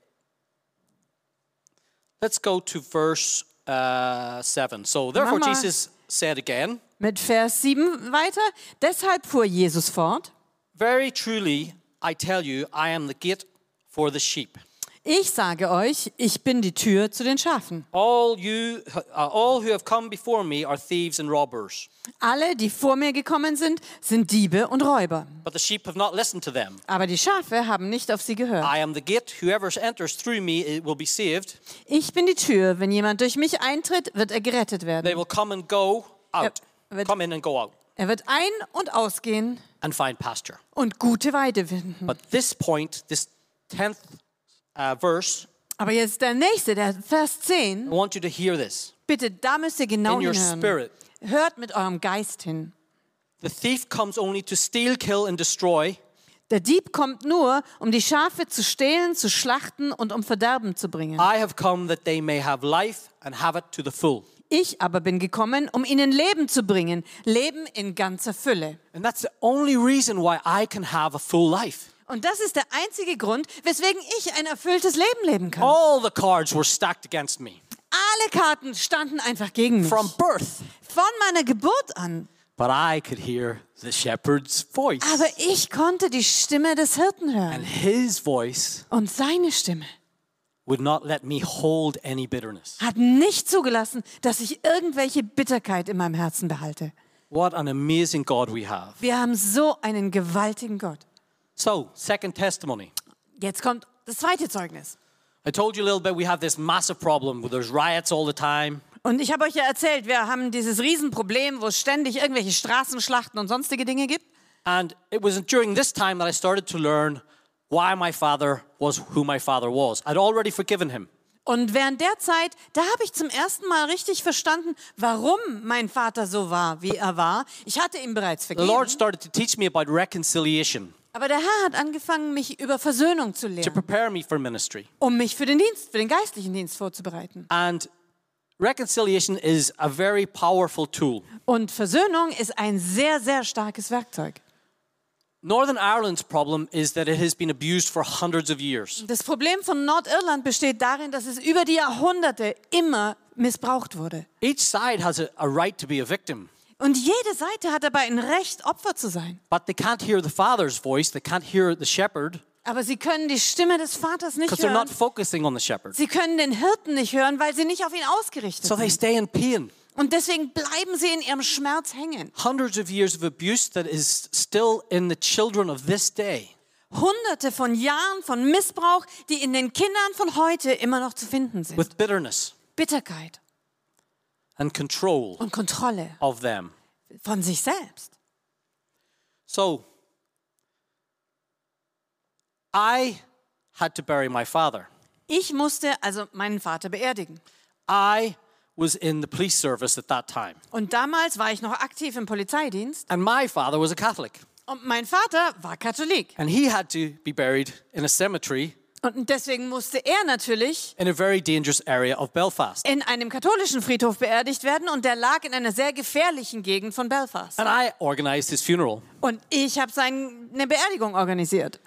Speaker 1: let's go to verse uh, 7. So therefore,
Speaker 2: Mama.
Speaker 1: Jesus said again,
Speaker 2: mit Vers 7 weiter, deshalb fuhr Jesus fort,
Speaker 1: Very truly, I tell you, I am the gate for the sheep.
Speaker 2: ich sage euch, ich bin die Tür zu den Schafen.
Speaker 1: All you, uh, all who have come before me are thieves and robbers,
Speaker 2: Alle, die vor mir gekommen sind, sind Diebe und Räuber.
Speaker 1: but the sheep have not listened to them.
Speaker 2: Aber die Schafe haben nicht auf sie gehört.
Speaker 1: I am the gate. Whoever enters through me it will be saved.
Speaker 2: Ich bin die Tür. Wenn jemand durch mich eintritt, wird er gerettet
Speaker 1: They
Speaker 2: werden.
Speaker 1: will come and go out.
Speaker 2: but-
Speaker 1: Come in and go out
Speaker 2: Er wird ein- und ausgehen
Speaker 1: and find pasture.
Speaker 2: und gute Weide finden.
Speaker 1: But this point, this 10th uh, verse,
Speaker 2: Aber jetzt der nächste, der Vers 10.
Speaker 1: I want you to hear this
Speaker 2: Bitte, da müsst ihr genau
Speaker 1: in your
Speaker 2: hinhören.
Speaker 1: spirit.
Speaker 2: Hört mit eurem Geist hin.
Speaker 1: The thief comes only to steal, kill, and destroy.
Speaker 2: Der Dieb kommt nur, um die Schafe zu stehlen, zu schlachten und um Verderben zu bringen.
Speaker 1: I have come that they may have life and have it to the full.
Speaker 2: Ich aber bin gekommen, um ihnen Leben zu bringen, Leben in ganzer Fülle.
Speaker 1: And that's the only reason why I can have a full life.
Speaker 2: Und das ist der einzige Grund, weswegen ich ein erfülltes Leben leben kann.
Speaker 1: All the cards were stacked against me
Speaker 2: Alle Karten standen einfach gegen mich.
Speaker 1: from birth.
Speaker 2: Von meiner Geburt an.
Speaker 1: But I could hear the shepherd's voice.
Speaker 2: Aber ich konnte die Stimme des Hirten hören
Speaker 1: And his voice
Speaker 2: und seine Stimme.
Speaker 1: would not let me hold any bitterness.
Speaker 2: hat nicht zugelassen, dass ich irgendwelche Bitterkeit in meinem Herzen behalte.
Speaker 1: What an amazing God we have.
Speaker 2: Wir haben so einen gewaltigen Gott.
Speaker 1: So, second testimony.
Speaker 2: Jetzt kommt das zweite Zeugnis.
Speaker 1: I told you a little bit, we have this massive problem where there's riots all the time.
Speaker 2: Und ich habe euch ja erzählt, wir haben dieses Riesenproblem, wo es ständig irgendwelche Straßenschlachten und sonstige Dinge gibt.
Speaker 1: And it was during this time that I started to learn why my father was who my father was. I'd already forgiven him.
Speaker 2: Und während der Zeit, da habe ich zum ersten Mal richtig verstanden, warum mein Vater so war, wie er war. Ich hatte ihm bereits
Speaker 1: The Lord
Speaker 2: vergeben.
Speaker 1: started to teach me about reconciliation
Speaker 2: Aber der Herr hat angefangen, mich über Versöhnung zu
Speaker 1: to
Speaker 2: lehren,
Speaker 1: prepare me for ministry.
Speaker 2: um mich für den Dienst, für den geistlichen Dienst vorzubereiten.
Speaker 1: And reconciliation is a very powerful tool.
Speaker 2: Und Versöhnung ist ein sehr, sehr starkes Werkzeug.
Speaker 1: Northern Ireland's problem is that it has been abused for hundreds of years.
Speaker 2: Das Problem von Nordirland besteht darin, dass es über die Jahrhunderte immer missbraucht wurde.
Speaker 1: Each side has a, a right to be a victim,
Speaker 2: Und jede Seite hat dabei ein Recht, Opfer zu sein.
Speaker 1: but they can't hear the father's voice, they can't hear the shepherd,
Speaker 2: Aber sie können die Stimme des Vaters nicht
Speaker 1: because they're not
Speaker 2: hören.
Speaker 1: focusing on the shepherd.
Speaker 2: Sie können den Hirten nicht hören, weil sie nicht auf ihn ausgerichtet
Speaker 1: So they
Speaker 2: sind.
Speaker 1: stay in pain.
Speaker 2: Und deswegen bleiben sie in ihrem Schmerz hängen.
Speaker 1: Hundreds of years of abuse that is still in the children of this day.
Speaker 2: Hunderte von Jahren von Missbrauch, die in den Kindern von heute immer noch zu finden sind.
Speaker 1: with bitterness
Speaker 2: Bitterkeit
Speaker 1: and control
Speaker 2: und Kontrolle
Speaker 1: of them.
Speaker 2: von sich selbst.
Speaker 1: So I had to bury my father.
Speaker 2: Ich musste also meinen Vater beerdigen.
Speaker 1: I was in the police service at that time.
Speaker 2: Und damals war ich noch aktiv im Polizeidienst
Speaker 1: And my father was a Catholic.
Speaker 2: und mein Vater war Katholik.
Speaker 1: And he had to be buried in a cemetery
Speaker 2: Und deswegen musste er natürlich
Speaker 1: in a very dangerous area of Belfast.
Speaker 2: in einem katholischen Friedhof beerdigt werden und der lag in einer sehr gefährlichen Gegend von Belfast.
Speaker 1: And I organized his funeral.
Speaker 2: Und ich habe seine Beerdigung organisiert.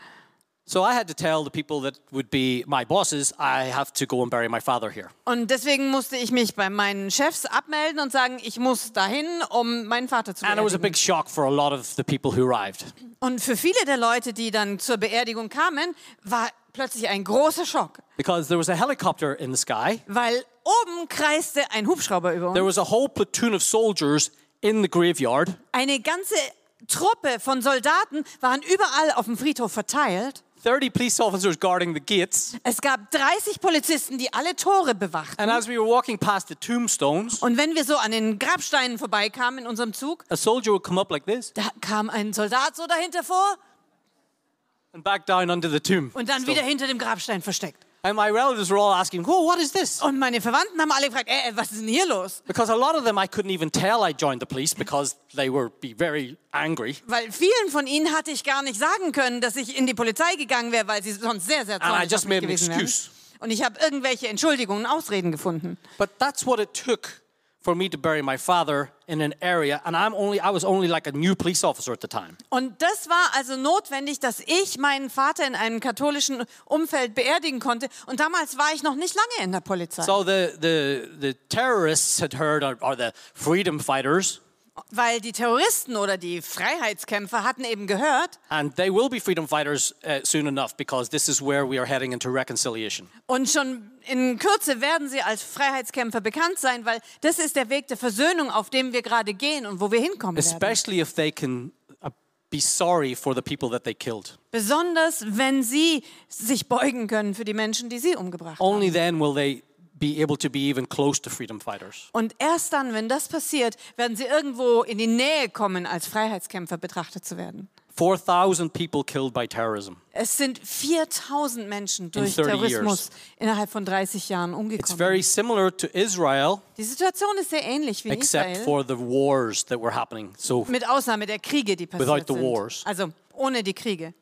Speaker 1: So I had to tell the people that would be my bosses, I have to go and bury my father here.
Speaker 2: Und deswegen musste ich mich bei meinen Chefs abmelden und sagen, ich muss dahin, um meinen Vater zu
Speaker 1: And it was a
Speaker 2: beerdigen.
Speaker 1: big shock for a lot of the people who arrived.
Speaker 2: Und für viele der Leute, die dann zur Beerdigung kamen, war plötzlich ein großer Schock,
Speaker 1: Because there was a helicopter in the sky
Speaker 2: weil oben kreiste ein Hubschrauber über uns.
Speaker 1: There was a whole platoon of soldiers in the graveyard,
Speaker 2: Eine ganze Truppe von Soldaten waren überall auf dem Friedhof verteilt.
Speaker 1: 30 police officers guarding the gates.
Speaker 2: Es gab 30 Polizisten, die alle Tore bewachten.
Speaker 1: And as we were walking past the tombstones,
Speaker 2: Und wenn wir so an den Grabsteinen vorbeikamen in unserem Zug,
Speaker 1: a soldier would come up like this
Speaker 2: da kam ein Soldat so dahinter vor
Speaker 1: and back down under the tomb.
Speaker 2: und dann
Speaker 1: Still.
Speaker 2: wieder hinter dem Grabstein versteckt.
Speaker 1: And my relatives were all asking, Whoa, what is this?
Speaker 2: Und meine Verwandten haben alle gefragt, äh, äh, was ist denn hier los?
Speaker 1: Because a lot of them I couldn't even tell I joined the police because they were be very angry.
Speaker 2: Weil vielen von ihnen hatte ich gar nicht sagen können, dass ich in die Polizei gegangen wäre, weil sie sonst sehr, sehr
Speaker 1: Ah, I
Speaker 2: zornig
Speaker 1: just
Speaker 2: auf mich
Speaker 1: made an
Speaker 2: gewesen wären.
Speaker 1: excuse.
Speaker 2: Und ich habe irgendwelche Entschuldigungen, Ausreden gefunden.
Speaker 1: But that's what it took for me to bury my father in an area and I'm only I was only like a new police officer at the time.
Speaker 2: Und das war also notwendig, dass ich meinen Vater in einem katholischen Umfeld beerdigen konnte. Und damals war ich noch nicht lange in der Polizei,
Speaker 1: So the the the terrorists had heard or, or the freedom fighters
Speaker 2: weil die Terroristen oder die Freiheitskämpfer hatten eben gehört.
Speaker 1: And they will be freedom fighters uh, soon enough because this is where we are heading into reconciliation.
Speaker 2: Und schon in Kürze werden sie als Freiheitskämpfer bekannt sein, weil das ist der Weg der Versöhnung, auf dem wir gerade gehen und wo wir hinkommen werden.
Speaker 1: Especially if they can uh, be sorry for the people that they killed.
Speaker 2: Besonders wenn sie sich beugen können für die Menschen, die sie umgebracht haben.
Speaker 1: Only then will they be able to be even close to freedom fighters.
Speaker 2: Und erst dann, wenn das passiert, werden sie irgendwo in die Nähe kommen, als Freiheitskämpfer betrachtet zu werden.
Speaker 1: 4,000 people killed by terrorism.
Speaker 2: Es sind 4000 Menschen
Speaker 1: 30
Speaker 2: durch Terrorismus innerhalb von 30 Jahren
Speaker 1: It's
Speaker 2: umgekommen.
Speaker 1: very similar to Israel,
Speaker 2: Die Situation ist sehr ähnlich wie in
Speaker 1: except
Speaker 2: Israel,
Speaker 1: for the wars that were happening. So,
Speaker 2: mit Ausnahme der Kriege, die passiert
Speaker 1: Without the
Speaker 2: sind.
Speaker 1: wars.
Speaker 2: Also ohne die Kriege,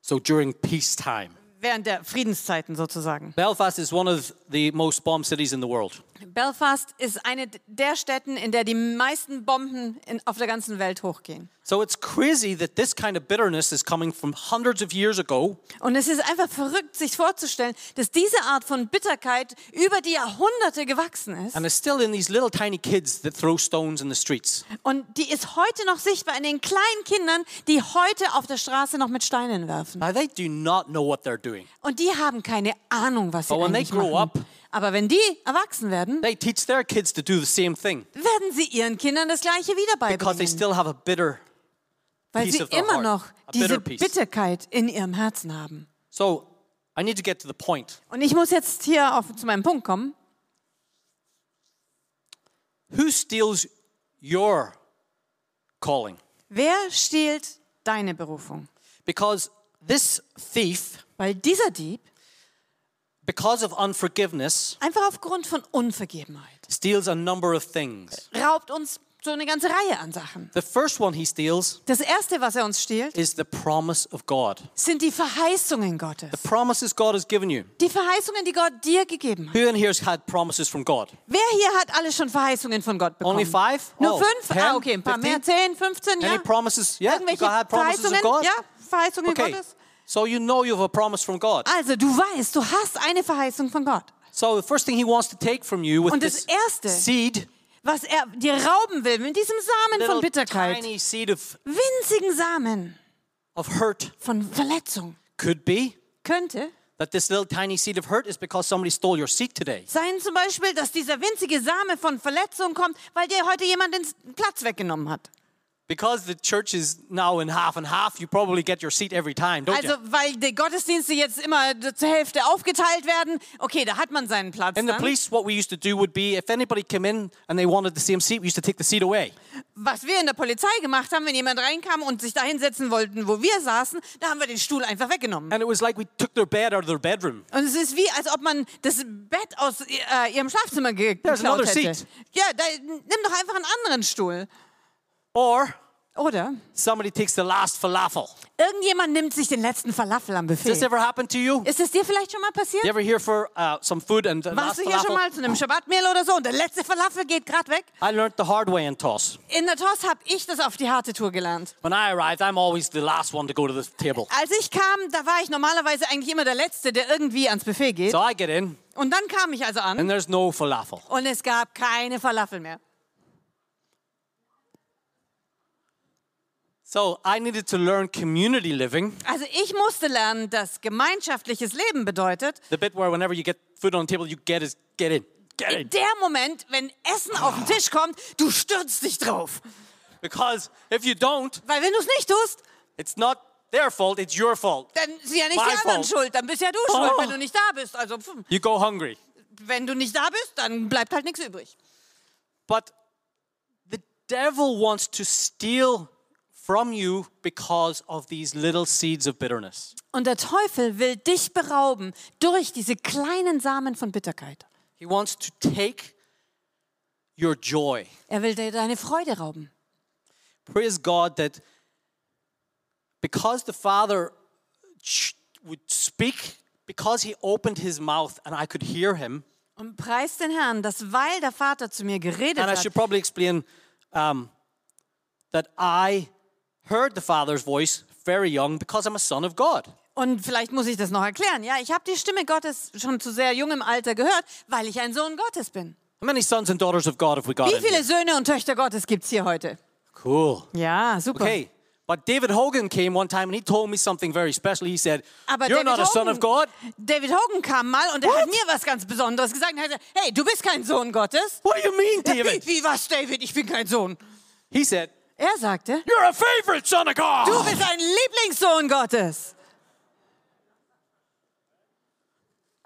Speaker 1: so during peacetime.
Speaker 2: während der Friedenszeiten sozusagen.
Speaker 1: Belfast is one of the most bombed cities in the world.
Speaker 2: Belfast ist eine der Städten, in der die meisten Bomben in, auf der ganzen Welt hochgehen.
Speaker 1: So it's crazy that this kind of bitterness is coming from hundreds of years ago
Speaker 2: Und es ist einfach verrückt, sich vorzustellen, dass diese Art von Bitterkeit über die Jahrhunderte gewachsen ist.
Speaker 1: and is still in these little tiny kids that throw stones in the streets.
Speaker 2: Und die ist heute noch sichtbar in den kleinen Kindern, die heute auf der Straße noch mit Steinen werfen.
Speaker 1: Now they do not know what they're doing.
Speaker 2: Und die haben keine Ahnung, was sie
Speaker 1: But when they
Speaker 2: eigentlich
Speaker 1: grow
Speaker 2: machen.
Speaker 1: up-
Speaker 2: Aber wenn die erwachsen werden,
Speaker 1: They teach their kids to do the same thing
Speaker 2: werden sie ihren Kindern das Gleiche wieder
Speaker 1: because they
Speaker 2: beibringen,
Speaker 1: still have a bitter.
Speaker 2: weil
Speaker 1: piece
Speaker 2: sie
Speaker 1: of their
Speaker 2: immer
Speaker 1: heart,
Speaker 2: noch
Speaker 1: a bitter
Speaker 2: diese
Speaker 1: piece.
Speaker 2: Bitterkeit in ihrem Herzen haben.
Speaker 1: So I need to get to the point.
Speaker 2: Und ich muss jetzt hier auf, zu meinem Punkt kommen.
Speaker 1: Who steals your calling?
Speaker 2: Wer stiehlt deine Berufung?
Speaker 1: Because this thief,
Speaker 2: Weil dieser Dieb
Speaker 1: because of unforgiveness,
Speaker 2: einfach aufgrund von Unvergebenheit
Speaker 1: steals a number of things.
Speaker 2: raubt uns so eine ganze Reihe an Sachen.
Speaker 1: The first one he steals
Speaker 2: Das Erste, was er uns stiehlt,
Speaker 1: is the promise of God.
Speaker 2: sind die Verheißungen Gottes.
Speaker 1: The promises God has given you.
Speaker 2: Die Verheißungen, die Gott dir gegeben hat.
Speaker 1: Who in here has had promises from God?
Speaker 2: Wer hier hat alle schon Verheißungen von Gott bekommen?
Speaker 1: Only five?
Speaker 2: Nur
Speaker 1: Oh,
Speaker 2: fünf?
Speaker 1: ten,
Speaker 2: ah, okay, ein paar mehr.
Speaker 1: 15?
Speaker 2: Zehn, 15, ja.
Speaker 1: Any promises? Yeah, you
Speaker 2: Irgendwelche
Speaker 1: got had promises
Speaker 2: Verheißungen?
Speaker 1: of God?
Speaker 2: Ja, Verheißungen
Speaker 1: Okay,
Speaker 2: Gottes.
Speaker 1: so you know you have a promise from God.
Speaker 2: Also, du weißt, du hast eine Verheißung von Gott.
Speaker 1: So the first thing he wants to take from you with
Speaker 2: Und das
Speaker 1: this
Speaker 2: Erste,
Speaker 1: seed,
Speaker 2: was er dir rauben will mit diesem Samen von
Speaker 1: little
Speaker 2: Bitterkeit,
Speaker 1: tiny seed of,
Speaker 2: winzigen Samen
Speaker 1: of hurt,
Speaker 2: von Verletzung,
Speaker 1: could be
Speaker 2: könnte
Speaker 1: that this little tiny seed of hurt is because somebody stole your seat today.
Speaker 2: sein zum Beispiel, dass dieser winzige Same von Verletzung kommt, weil dir heute jemand den Platz weggenommen hat.
Speaker 1: Because the church is now in half and half, you probably get your seat every time, don't
Speaker 2: Also,
Speaker 1: you?
Speaker 2: weil die Gottesdienste jetzt immer zur Hälfte aufgeteilt werden, okay, da hat man seinen Platz.
Speaker 1: In the
Speaker 2: Dann.
Speaker 1: police, what we used to do would be if anybody came in and they wanted the same seat, we used to take the seat away.
Speaker 2: Was wir in der Polizei gemacht haben, wenn jemand reinkam und sich da hinsetzen wollten, wo wir saßen, da haben wir den Stuhl einfach weggenommen.
Speaker 1: And it was like we took their bed out of their bedroom.
Speaker 2: Und es ist wie, als ob man das Bett aus äh, ihrem Schlafzimmer ge
Speaker 1: There's
Speaker 2: geklaut
Speaker 1: another
Speaker 2: hätte.
Speaker 1: seat.
Speaker 2: Ja, da, nimm doch einfach einen anderen Stuhl.
Speaker 1: Or
Speaker 2: Oder?
Speaker 1: somebody takes the last falafel.
Speaker 2: Irgendjemand nimmt sich den letzten Falafel am
Speaker 1: Has this
Speaker 2: Buffet.
Speaker 1: ever happened to you?
Speaker 2: Ist das dir vielleicht schon mal passiert?
Speaker 1: You ever here for uh, some food and the last
Speaker 2: Warst du hier schon
Speaker 1: falafel?
Speaker 2: mal zu einem Schabbatmehl oder so und der letzte Falafel geht gerade weg?
Speaker 1: I learned the hard way in Toss.
Speaker 2: In der TOS habe ich das auf die harte Tour gelernt.
Speaker 1: When I arrived, I'm always the last one to go to the table.
Speaker 2: Als ich kam, da war ich normalerweise eigentlich immer der Letzte, der irgendwie ans Buffet geht.
Speaker 1: So I get in,
Speaker 2: Und dann kam ich also an
Speaker 1: and there's no falafel.
Speaker 2: und es gab keine Falafel mehr.
Speaker 1: So I needed to learn community living,
Speaker 2: Also ich musste lernen, dass gemeinschaftliches Leben bedeutet,
Speaker 1: the bit where whenever you get food on the table, you get is get in, get in.
Speaker 2: der Moment, wenn Essen auf den Tisch kommt, du stürzt dich drauf.
Speaker 1: Because if you don't,
Speaker 2: Weil wenn du es nicht tust,
Speaker 1: it's not their fault, it's your fault.
Speaker 2: dann sind ja nicht
Speaker 1: Mein
Speaker 2: die anderen
Speaker 1: Fault.
Speaker 2: schuld, dann bist ja du
Speaker 1: Oh.
Speaker 2: schuld, wenn du nicht da bist. Also pf,
Speaker 1: You go hungry.
Speaker 2: wenn du nicht da bist, dann bleibt halt nichts übrig.
Speaker 1: But the devil wants to steal from you because of these little seeds of bitterness.
Speaker 2: Und der Teufel will dich berauben durch diese kleinen Samen von Bitterkeit.
Speaker 1: He wants to take your joy.
Speaker 2: Er will dir deine Freude rauben.
Speaker 1: Praise God that because the Father ch- would speak, because he opened his mouth and I could hear him,
Speaker 2: Und preis den Herrn, dass weil der Vater zu mir geredet
Speaker 1: and I
Speaker 2: hat,
Speaker 1: should probably explain um, that I heard the Father's voice very young because I'm a son of God.
Speaker 2: und vielleicht muss ich das noch erklären, ja, ich habe die Stimme Gottes schon zu sehr jungem Alter gehört, weil ich ein Sohn Gottes bin.
Speaker 1: How many sons and daughters of God have we got?
Speaker 2: Wie
Speaker 1: in here?
Speaker 2: viele Söhne und Töchter Gottes gibt es hier heute?
Speaker 1: Cool.
Speaker 2: Ja, super.
Speaker 1: Okay. But David Hogan came one time and he told me something very special. He said,
Speaker 2: Aber
Speaker 1: You're
Speaker 2: Ah, David
Speaker 1: not a son
Speaker 2: Hogan-
Speaker 1: of God.
Speaker 2: David Hogan kam mal und er hat mir was ganz Besonderes gesagt. Er hat gesagt, hey, du bist kein Sohn Gottes.
Speaker 1: What do you mean,
Speaker 2: Ja, Wie,
Speaker 1: David?
Speaker 2: wie was, David? Ich bin kein Sohn.
Speaker 1: He said,
Speaker 2: Er sagte,
Speaker 1: You're a favorite son of God.
Speaker 2: du bist ein Lieblingssohn Gottes.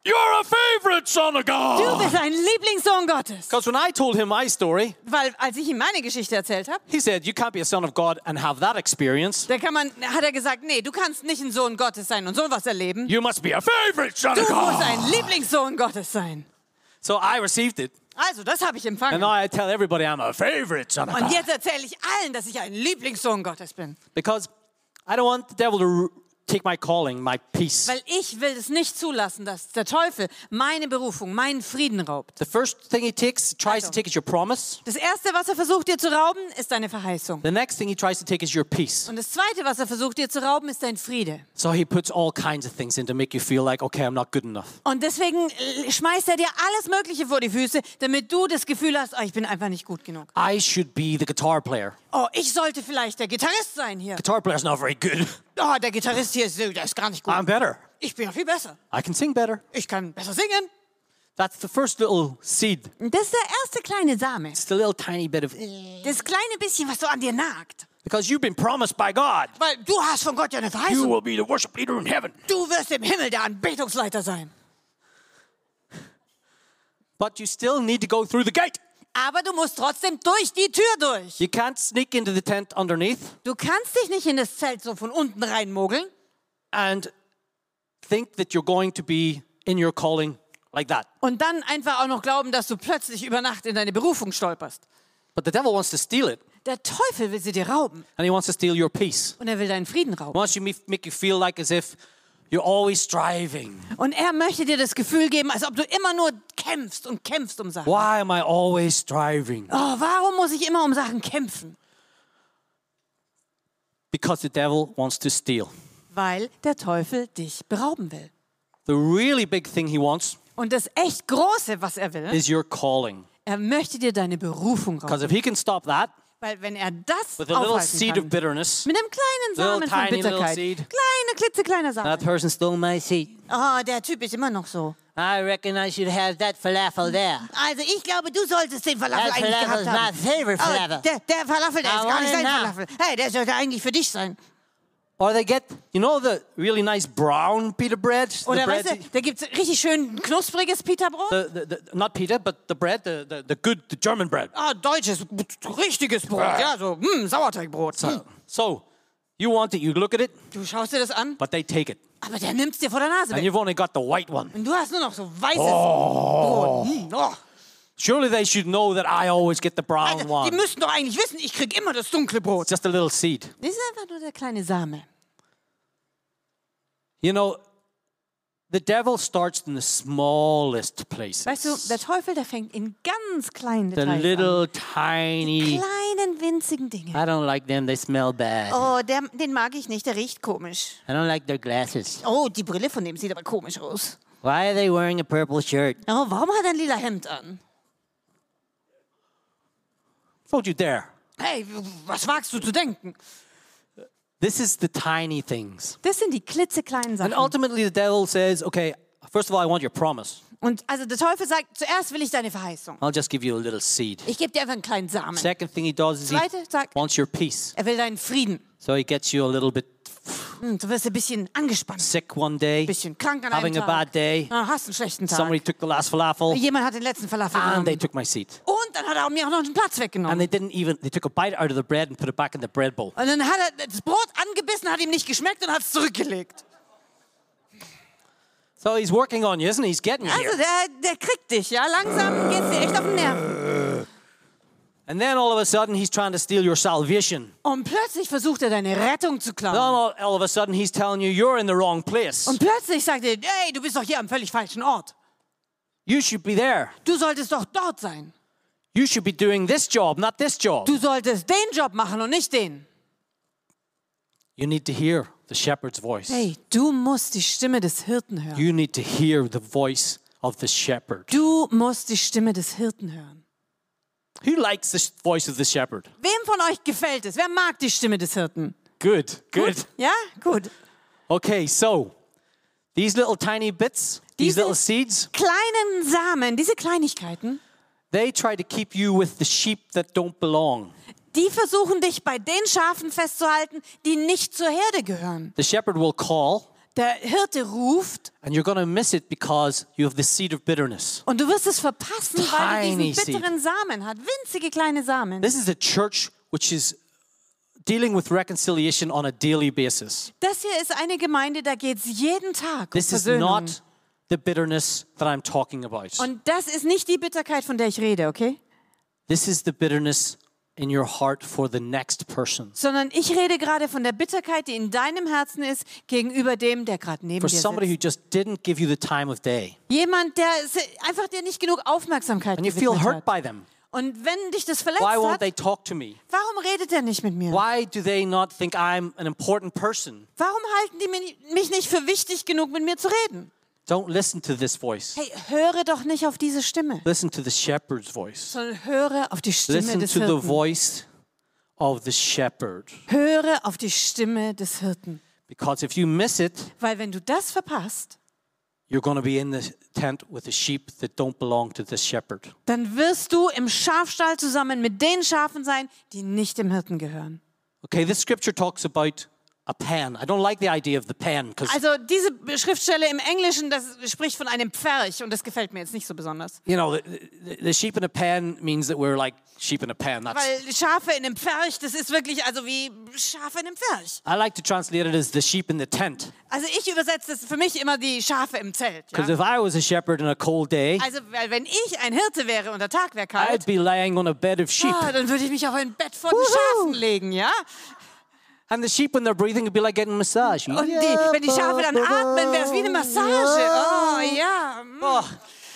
Speaker 1: You're a favorite son of
Speaker 2: Du
Speaker 1: God.
Speaker 2: bist ein Lieblingssohn Gottes.
Speaker 1: Because when I told him my story,
Speaker 2: Weil als ich ihm meine Geschichte erzählt habe,
Speaker 1: he said, You can't be a son of God and have that experience.
Speaker 2: da kann man, hat er gesagt, nee, du kannst nicht ein Sohn Gottes sein und sowas erleben.
Speaker 1: You must be a favorite son
Speaker 2: Du
Speaker 1: of
Speaker 2: musst
Speaker 1: God.
Speaker 2: ein Lieblingssohn Gottes sein.
Speaker 1: So I received it.
Speaker 2: Also, das habe ich
Speaker 1: And
Speaker 2: empfangen.
Speaker 1: now I tell everybody I'm a favorite son of
Speaker 2: Und
Speaker 1: God.
Speaker 2: jetzt erzähle ich allen, dass ich ein Lieblingssohn Gottes bin.
Speaker 1: Because I don't want the devil to r- take my calling, my peace.
Speaker 2: Weil ich will es nicht zulassen, dass der Teufel meine Berufung, meinen Frieden raubt.
Speaker 1: The first thing he takes, tries to
Speaker 2: Also.
Speaker 1: take is your promise.
Speaker 2: Das Erste, was er versucht dir zu rauben, ist deine Verheißung.
Speaker 1: The next thing he tries to take is your peace.
Speaker 2: Und das Zweite, was er versucht dir zu rauben, ist dein Friede.
Speaker 1: So he puts all kinds of things in to make you feel like, okay, I'm not good enough.
Speaker 2: Und deswegen äh, schmeißt er dir alles Mögliche vor die Füße, damit du das Gefühl hast, oh, ich bin einfach nicht gut genug.
Speaker 1: I should be the guitar player.
Speaker 2: Oh, ich sollte vielleicht der Gitarrist sein hier.
Speaker 1: Guitar player's not very good.
Speaker 2: Oh, der Gitarrist hier ist, der ist gar nicht gut.
Speaker 1: I'm better.
Speaker 2: Ich bin ja viel besser.
Speaker 1: I can sing better.
Speaker 2: Ich kann besser singen.
Speaker 1: That's the first little seed.
Speaker 2: Und Das ist der erste kleine Same.
Speaker 1: It's the little tiny bit of
Speaker 2: Das kleine bisschen, was so an dir nagt.
Speaker 1: because you've been promised by God.
Speaker 2: Weil du hast von Gott ja eine
Speaker 1: You
Speaker 2: Verheißung.
Speaker 1: will be the worship leader in heaven.
Speaker 2: Du wirst im Himmel der Anbetungsleiter sein.
Speaker 1: But you still need to go through the gate.
Speaker 2: Aber du musst trotzdem durch die Tür durch.
Speaker 1: You can't sneak into the tent underneath
Speaker 2: Du kannst dich nicht in das Zelt so von unten reinmogeln
Speaker 1: and think that you're going to be in your calling like that.
Speaker 2: und dann einfach auch noch glauben, dass du plötzlich über Nacht in deine Berufung stolperst.
Speaker 1: But the devil wants to steal it,
Speaker 2: Der Teufel will sie dir rauben
Speaker 1: and he wants to steal your peace.
Speaker 2: und er will deinen Frieden
Speaker 1: He
Speaker 2: rauben.
Speaker 1: wants you me- make you feel like as if you're always striving.
Speaker 2: Und er möchte dir das Gefühl geben, als ob du immer nur kämpfst und kämpfst um Sachen.
Speaker 1: Why am I always striving?
Speaker 2: Oh, warum muss ich immer um Sachen kämpfen?
Speaker 1: Because the devil wants to steal.
Speaker 2: Weil der Teufel dich berauben will.
Speaker 1: The really big thing he wants
Speaker 2: Und das echt Große, was er will,
Speaker 1: is your calling.
Speaker 2: er möchte dir deine Berufung
Speaker 1: Because if
Speaker 2: rauben.
Speaker 1: he can stop that
Speaker 2: Weil wenn er das
Speaker 1: with a little seed
Speaker 2: aufhalten
Speaker 1: of
Speaker 2: kann,
Speaker 1: bitterness,
Speaker 2: mit einem kleinen Samen von
Speaker 1: tiny little
Speaker 2: Bitterkeit,
Speaker 1: seed.
Speaker 2: kleine, klitzekleiner Samen.
Speaker 1: that person stole my seed.
Speaker 2: Oh, der Typ ist immer noch so.
Speaker 1: I reckon I should have that falafel there.
Speaker 2: Also ich glaube, du solltest den Falafel
Speaker 1: That
Speaker 2: eigentlich
Speaker 1: Falafel
Speaker 2: gehabt haben.
Speaker 1: is my favorite Falafel.
Speaker 2: Oh, der, der Falafel, der
Speaker 1: I
Speaker 2: ist gar
Speaker 1: want
Speaker 2: nicht
Speaker 1: it
Speaker 2: dein
Speaker 1: now.
Speaker 2: Falafel. Hey, der sollte eigentlich für dich sein.
Speaker 1: Or they get, you know, the really nice brown pita bread. The
Speaker 2: Oder
Speaker 1: bread
Speaker 2: weißt du,
Speaker 1: that-
Speaker 2: da gibt es richtig schön knuspriges Pita-Brot.
Speaker 1: the, the, the- not pita, but the bread, the, the, the good, the German bread.
Speaker 2: Ah, deutsches, richtiges Brot. Ja, so mm, Sauerteigbrot. Hm.
Speaker 1: Ah. So you want it, you look at it,
Speaker 2: Du schaust dir das an,
Speaker 1: but they take it,
Speaker 2: aber der nimmt's dir vor der
Speaker 1: and
Speaker 2: Nase
Speaker 1: Oh.
Speaker 2: weg.
Speaker 1: you've only got the white one.
Speaker 2: Und du hast nur noch so weißes Brot. Hm, oh.
Speaker 1: Surely they should know that I always get the brown
Speaker 2: Alter, die
Speaker 1: one.
Speaker 2: müssten doch eigentlich wissen, ich krieg immer das dunkle
Speaker 1: It's
Speaker 2: Brot.
Speaker 1: just a little seed.
Speaker 2: Das ist einfach nur der kleine Same.
Speaker 1: You know, the devil starts in the smallest places.
Speaker 2: Weißt du, der Teufel, der fängt in ganz kleinen
Speaker 1: the
Speaker 2: Details
Speaker 1: little tiny.
Speaker 2: an. Kleinen, winzigen Dinge.
Speaker 1: I don't like them. They smell bad.
Speaker 2: Oh, der, den mag ich nicht, der riecht komisch.
Speaker 1: I don't like their glasses.
Speaker 2: Oh, die Brille von dem sieht aber komisch aus.
Speaker 1: Why are they wearing a purple shirt?
Speaker 2: Oh, warum hat er ein lila Hemd an?
Speaker 1: Don't you dare.
Speaker 2: Hey, was wagst du zu denken?
Speaker 1: This is the tiny things.
Speaker 2: Das sind die klitzekleinen Sachen.
Speaker 1: And ultimately, the devil says, okay, first of all, I want your promise.
Speaker 2: Und also der Teufel sagt, zuerst will ich deine Verheißung.
Speaker 1: I'll just give you a little seed.
Speaker 2: Ich gebe dir einfach einen kleinen Samen.
Speaker 1: Second thing he does is he
Speaker 2: Zweite, sag-
Speaker 1: wants your peace.
Speaker 2: Er will deinen Frieden.
Speaker 1: So he gets you a little bit
Speaker 2: Hm, du wirst ein bisschen angespannt, ein
Speaker 1: sick one day,
Speaker 2: bisschen krank an einem
Speaker 1: having a
Speaker 2: Tag.
Speaker 1: bad day.
Speaker 2: Ah, hast einen schlechten Tag.
Speaker 1: Somebody took the last falafel
Speaker 2: Jemand hat den letzten Falafel
Speaker 1: and Ah, they
Speaker 2: genommen.
Speaker 1: took my seat.
Speaker 2: Und dann hat er mir auch noch einen Platz
Speaker 1: And
Speaker 2: weggenommen.
Speaker 1: they didn't even, they took a bite out of the bread and put it back in the bread bowl.
Speaker 2: Und dann hat er das Brot angebissen, hat ihm nicht geschmeckt und hat es zurückgelegt.
Speaker 1: So he's working on you, isn't he? He's getting you.
Speaker 2: Also
Speaker 1: Here.
Speaker 2: der, der kriegt dich, ja. Langsam geht's dir echt auf den Nerven.
Speaker 1: And then all of a sudden, he's trying to steal your salvation.
Speaker 2: Und plötzlich versucht er deine Rettung zu
Speaker 1: Then
Speaker 2: klauen.
Speaker 1: all, all of a sudden, he's telling you you're in the wrong place.
Speaker 2: Und plötzlich sagt er, hey, du bist doch hier am völlig falschen Ort.
Speaker 1: You should be there.
Speaker 2: Du solltest doch dort sein.
Speaker 1: You should be doing this job, not this job.
Speaker 2: Du solltest den Job machen und nicht den.
Speaker 1: You need to hear the shepherd's voice.
Speaker 2: Hey, du musst die Stimme des Hirten hören.
Speaker 1: You need to hear the voice of the shepherd.
Speaker 2: Du musst die Stimme des Hirten hören.
Speaker 1: Who likes the sh- voice of the shepherd?
Speaker 2: Wem von euch gefällt es? Wer mag die Stimme des Hirten?
Speaker 1: Good, good.
Speaker 2: Ja, gut.
Speaker 1: Okay, so these little tiny bits, these
Speaker 2: Diese-
Speaker 1: little seeds,
Speaker 2: Kleinen Samen, diese Kleinigkeiten,
Speaker 1: they try to keep you with the sheep that don't belong.
Speaker 2: die versuchen dich bei den Schafen festzuhalten, die nicht zur Herde gehören.
Speaker 1: The shepherd will call,
Speaker 2: Der Hirte ruft
Speaker 1: and you're going to miss it because you have the seed of bitterness.
Speaker 2: und du wirst es verpassen, weil du
Speaker 1: Tiny
Speaker 2: diesen bitteren Samen hat. Winzige kleine Samen.
Speaker 1: This is a church which is dealing with reconciliation on a daily basis.
Speaker 2: Das hier ist eine Gemeinde, da geht es jeden Tag um
Speaker 1: This is
Speaker 2: Versöhnung.
Speaker 1: not the bitterness that I'm talking about.
Speaker 2: Und das ist nicht die Bitterkeit, von der ich rede, okay?
Speaker 1: This is the bitterness in your heart for the next person.
Speaker 2: sondern ich rede gerade von der Bitterkeit, die in deinem Herzen ist, gegenüber dem, der gerade neben
Speaker 1: For
Speaker 2: dir
Speaker 1: somebody
Speaker 2: sitzt.
Speaker 1: who just didn't give you the time of day.
Speaker 2: Jemand, der se- einfach dir nicht genug Aufmerksamkeit
Speaker 1: And you feel
Speaker 2: gewidmet
Speaker 1: hurt
Speaker 2: hat.
Speaker 1: by them.
Speaker 2: Und wenn dich das verletzt
Speaker 1: Why won't
Speaker 2: hat,
Speaker 1: they talk to me?
Speaker 2: warum redet er nicht mit mir?
Speaker 1: Why do they not think I'm an important person?
Speaker 2: Warum halten die mi- mich nicht für wichtig genug, mit mir zu reden?
Speaker 1: Don't listen to this voice.
Speaker 2: Hey, höre doch nicht auf diese Stimme,
Speaker 1: Listen to the shepherd's voice.
Speaker 2: sondern höre auf die Stimme
Speaker 1: Listen
Speaker 2: des
Speaker 1: to the
Speaker 2: Hirten.
Speaker 1: voice of the shepherd.
Speaker 2: Höre auf die Stimme des Hirten.
Speaker 1: Because if you miss it,
Speaker 2: Weil wenn du das verpasst,
Speaker 1: you're going to be in the tent with the sheep that don't belong to this shepherd.
Speaker 2: dann wirst du im Schafstall zusammen mit den Schafen sein, die nicht dem Hirten gehören.
Speaker 1: Okay, this scripture talks about a pen. I don't like the idea of the pen because
Speaker 2: Also diese Schriftstelle im Englischen, das spricht von einem Pferch und das gefällt mir jetzt nicht so besonders.
Speaker 1: you know the, the, the sheep in a pen means that we're like sheep in a pen. That's
Speaker 2: Weil Schafe in einem Pferch, das ist wirklich also wie Schafe in einem Pferch.
Speaker 1: I like to translate it as the sheep in the tent
Speaker 2: Also ich übersetze das für mich immer die Schafe im Zelt.
Speaker 1: because
Speaker 2: Ja?
Speaker 1: if I was a shepherd on a cold day,
Speaker 2: Also weil wenn ich ein Hirte wäre und der Tag wäre
Speaker 1: I'd
Speaker 2: kalt,
Speaker 1: be laying on a bed of sheep,
Speaker 2: ah, dann würde ich mich auf ein Bett von den
Speaker 1: Wuhu.
Speaker 2: Schafen legen, ja?
Speaker 1: and the sheep when they're breathing would be like getting a massage.
Speaker 2: Und die, wenn die Schafe dann atmen, wäre es wie eine Massage. Oh ja. mm.
Speaker 1: Oh,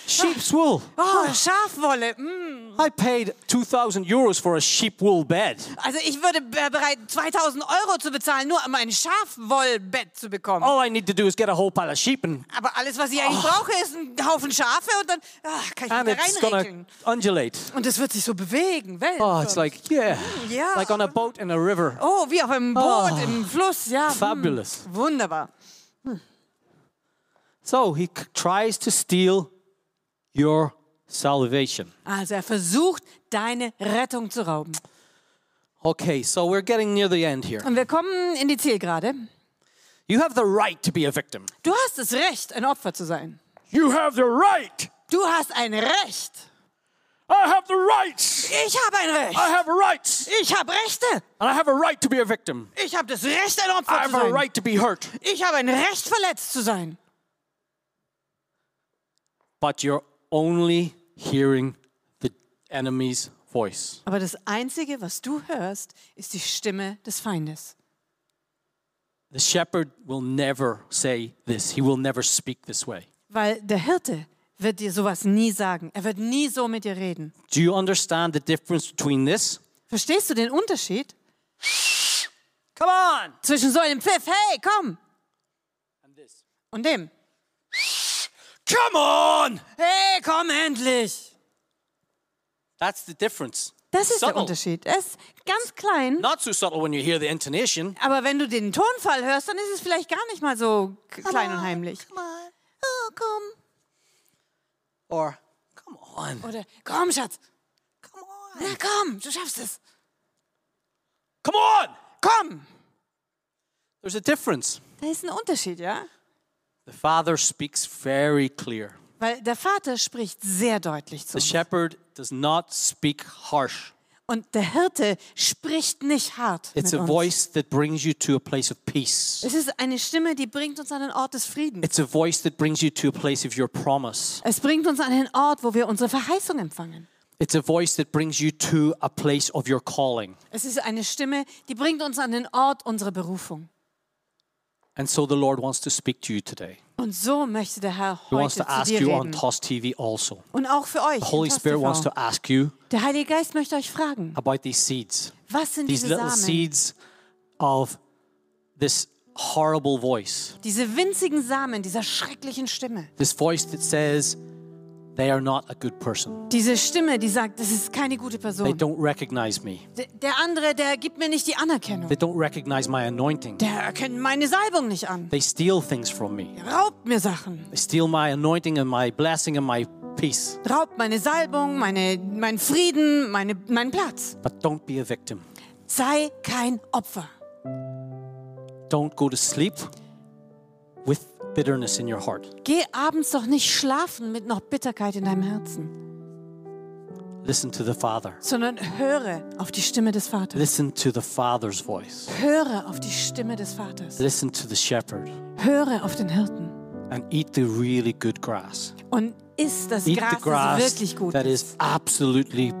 Speaker 1: sheep's wool.
Speaker 2: Oh, Schafwolle. mm.
Speaker 1: I paid 2,000 euros for a sheep wool bed.
Speaker 2: Also ich würde be- bereit, 2000 Euro zu bezahlen, nur um ein Schafwollbett zu bekommen.
Speaker 1: All I need to do is get a whole pile of sheep and,
Speaker 2: Aber alles, was ich eigentlich
Speaker 1: Oh.
Speaker 2: brauche, ist ein Haufen Schafe und dann ah, kann ich
Speaker 1: and
Speaker 2: wieder
Speaker 1: it's gonna
Speaker 2: reinregeln.
Speaker 1: undulate.
Speaker 2: Und es wird sich so bewegen. Wellen.
Speaker 1: Oh, it's like, yeah.
Speaker 2: Mm, yeah.
Speaker 1: Like on a boat in a river.
Speaker 2: oh, wie auf einem Boot
Speaker 1: Oh.
Speaker 2: im Fluss. Ja, hm,
Speaker 1: Fabulous.
Speaker 2: wunderbar.
Speaker 1: So he c- tries to steal your salvation.
Speaker 2: Also er versucht, deine Rettung zu rauben.
Speaker 1: Okay, so we're getting near the end here.
Speaker 2: Und wir kommen in die Zielgerade.
Speaker 1: You have the right to be a victim.
Speaker 2: Du hast das Recht, ein Opfer zu sein.
Speaker 1: You have the right.
Speaker 2: Du hast ein Recht.
Speaker 1: I have the rights.
Speaker 2: Ich habe ein Recht.
Speaker 1: have rights.
Speaker 2: Ich habe Rechte.
Speaker 1: And I have a right to be a victim.
Speaker 2: Ich habe das Recht, ein Opfer zu sein.
Speaker 1: to be hurt.
Speaker 2: Ich habe ein Recht, verletzt zu sein.
Speaker 1: But you're only hearing the enemy's voice.
Speaker 2: Aber das Einzige, was du hörst, ist die Stimme des Feindes.
Speaker 1: The shepherd will never say this. He will never speak this way.
Speaker 2: Weil der Hirte wird dir sowas nie sagen. Er wird nie so mit dir reden.
Speaker 1: Do you understand the difference between this?
Speaker 2: Verstehst du den Unterschied
Speaker 1: Come on.
Speaker 2: zwischen so einem Pfiff, hey, komm,
Speaker 1: And this.
Speaker 2: und dem,
Speaker 1: Come on.
Speaker 2: hey, komm endlich.
Speaker 1: That's the difference.
Speaker 2: Das ist der
Speaker 1: Subtle.
Speaker 2: Unterschied. Er ist ganz klein,
Speaker 1: Not so subtle when you hear the intonation.
Speaker 2: aber wenn du den Tonfall hörst, dann ist es vielleicht gar nicht mal so k- klein und heimlich.
Speaker 1: Come on.
Speaker 2: Oh, komm.
Speaker 1: Or come on.
Speaker 2: Oder komm, Schatz.
Speaker 1: Come on.
Speaker 2: Na komm, du schaffst es.
Speaker 1: Come on.
Speaker 2: Komm.
Speaker 1: There's a difference.
Speaker 2: Da ist ein Unterschied, ja?
Speaker 1: The father speaks very clear.
Speaker 2: Weil der Vater spricht sehr deutlich zu
Speaker 1: The
Speaker 2: uns.
Speaker 1: shepherd does not speak harsh.
Speaker 2: Und der Hirte spricht nicht hart.
Speaker 1: It's
Speaker 2: mit
Speaker 1: a
Speaker 2: uns.
Speaker 1: voice that brings you to a place of peace.
Speaker 2: Es ist eine Stimme, die bringt uns an den Ort des Friedens.
Speaker 1: It's a voice that brings you to a place of your promise.
Speaker 2: Es bringt uns an den Ort, wo wir unsere Verheißung empfangen.
Speaker 1: It's a voice that brings you to a place of your calling.
Speaker 2: Es ist eine Stimme, die bringt uns an den Ort unserer Berufung.
Speaker 1: And so the Lord wants to speak to you today.
Speaker 2: Und so möchte der Herr
Speaker 1: He wants
Speaker 2: heute
Speaker 1: to
Speaker 2: zu
Speaker 1: ask
Speaker 2: dir
Speaker 1: you on
Speaker 2: reden.
Speaker 1: TOS TV also.
Speaker 2: Und auch für euch.
Speaker 1: The Holy
Speaker 2: in Toss
Speaker 1: Spirit wants
Speaker 2: TV.
Speaker 1: to ask you
Speaker 2: der Heilige Geist möchte euch fragen,
Speaker 1: about these seeds,
Speaker 2: was sind
Speaker 1: these
Speaker 2: diese
Speaker 1: little
Speaker 2: Samen?
Speaker 1: seeds of this horrible voice,
Speaker 2: Diese winzigen Samen dieser schrecklichen Stimme.
Speaker 1: this voice that says they are not a good person.
Speaker 2: Diese Stimme, die sagt, das ist keine gute
Speaker 1: They
Speaker 2: Person.
Speaker 1: don't recognize me.
Speaker 2: D- Der andere, der gibt mir nicht die Anerkennung.
Speaker 1: They don't recognize my anointing.
Speaker 2: Der erkennt meine Salbung nicht an.
Speaker 1: They steal things from me.
Speaker 2: Raubt mir Sachen.
Speaker 1: They steal my anointing and my blessing and my peace.
Speaker 2: Raubt meine Salbung, meine, meinen Frieden, meine, meinen Platz.
Speaker 1: But don't be a victim.
Speaker 2: Sei kein Opfer.
Speaker 1: Don't go to sleep with bitterness in your heart.
Speaker 2: Geh abends doch nicht schlafen mit noch Bitterkeit in deinem Herzen,
Speaker 1: Listen to the Father.
Speaker 2: sondern höre auf die Stimme des Vaters.
Speaker 1: Listen to the Father's voice.
Speaker 2: Höre auf die Stimme des Vaters.
Speaker 1: Listen to the shepherd
Speaker 2: Höre auf den Hirten.
Speaker 1: and eat the really good grass.
Speaker 2: Und isst das
Speaker 1: Eat
Speaker 2: Gras,
Speaker 1: the grass
Speaker 2: das wirklich gut
Speaker 1: that
Speaker 2: ist.
Speaker 1: is absolutely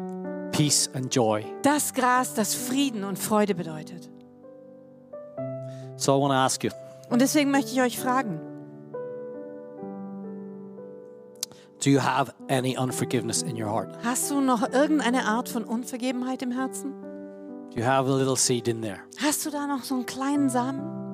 Speaker 1: peace and joy.
Speaker 2: Das Gras, das Frieden und Freude bedeutet.
Speaker 1: So I want to ask you
Speaker 2: Und deswegen möchte ich euch fragen,
Speaker 1: do you have any unforgiveness in your heart?
Speaker 2: hast du noch irgendeine Art von Unvergebenheit im Herzen?
Speaker 1: Do you have a little seed in there?
Speaker 2: Hast du da noch so einen kleinen Samen?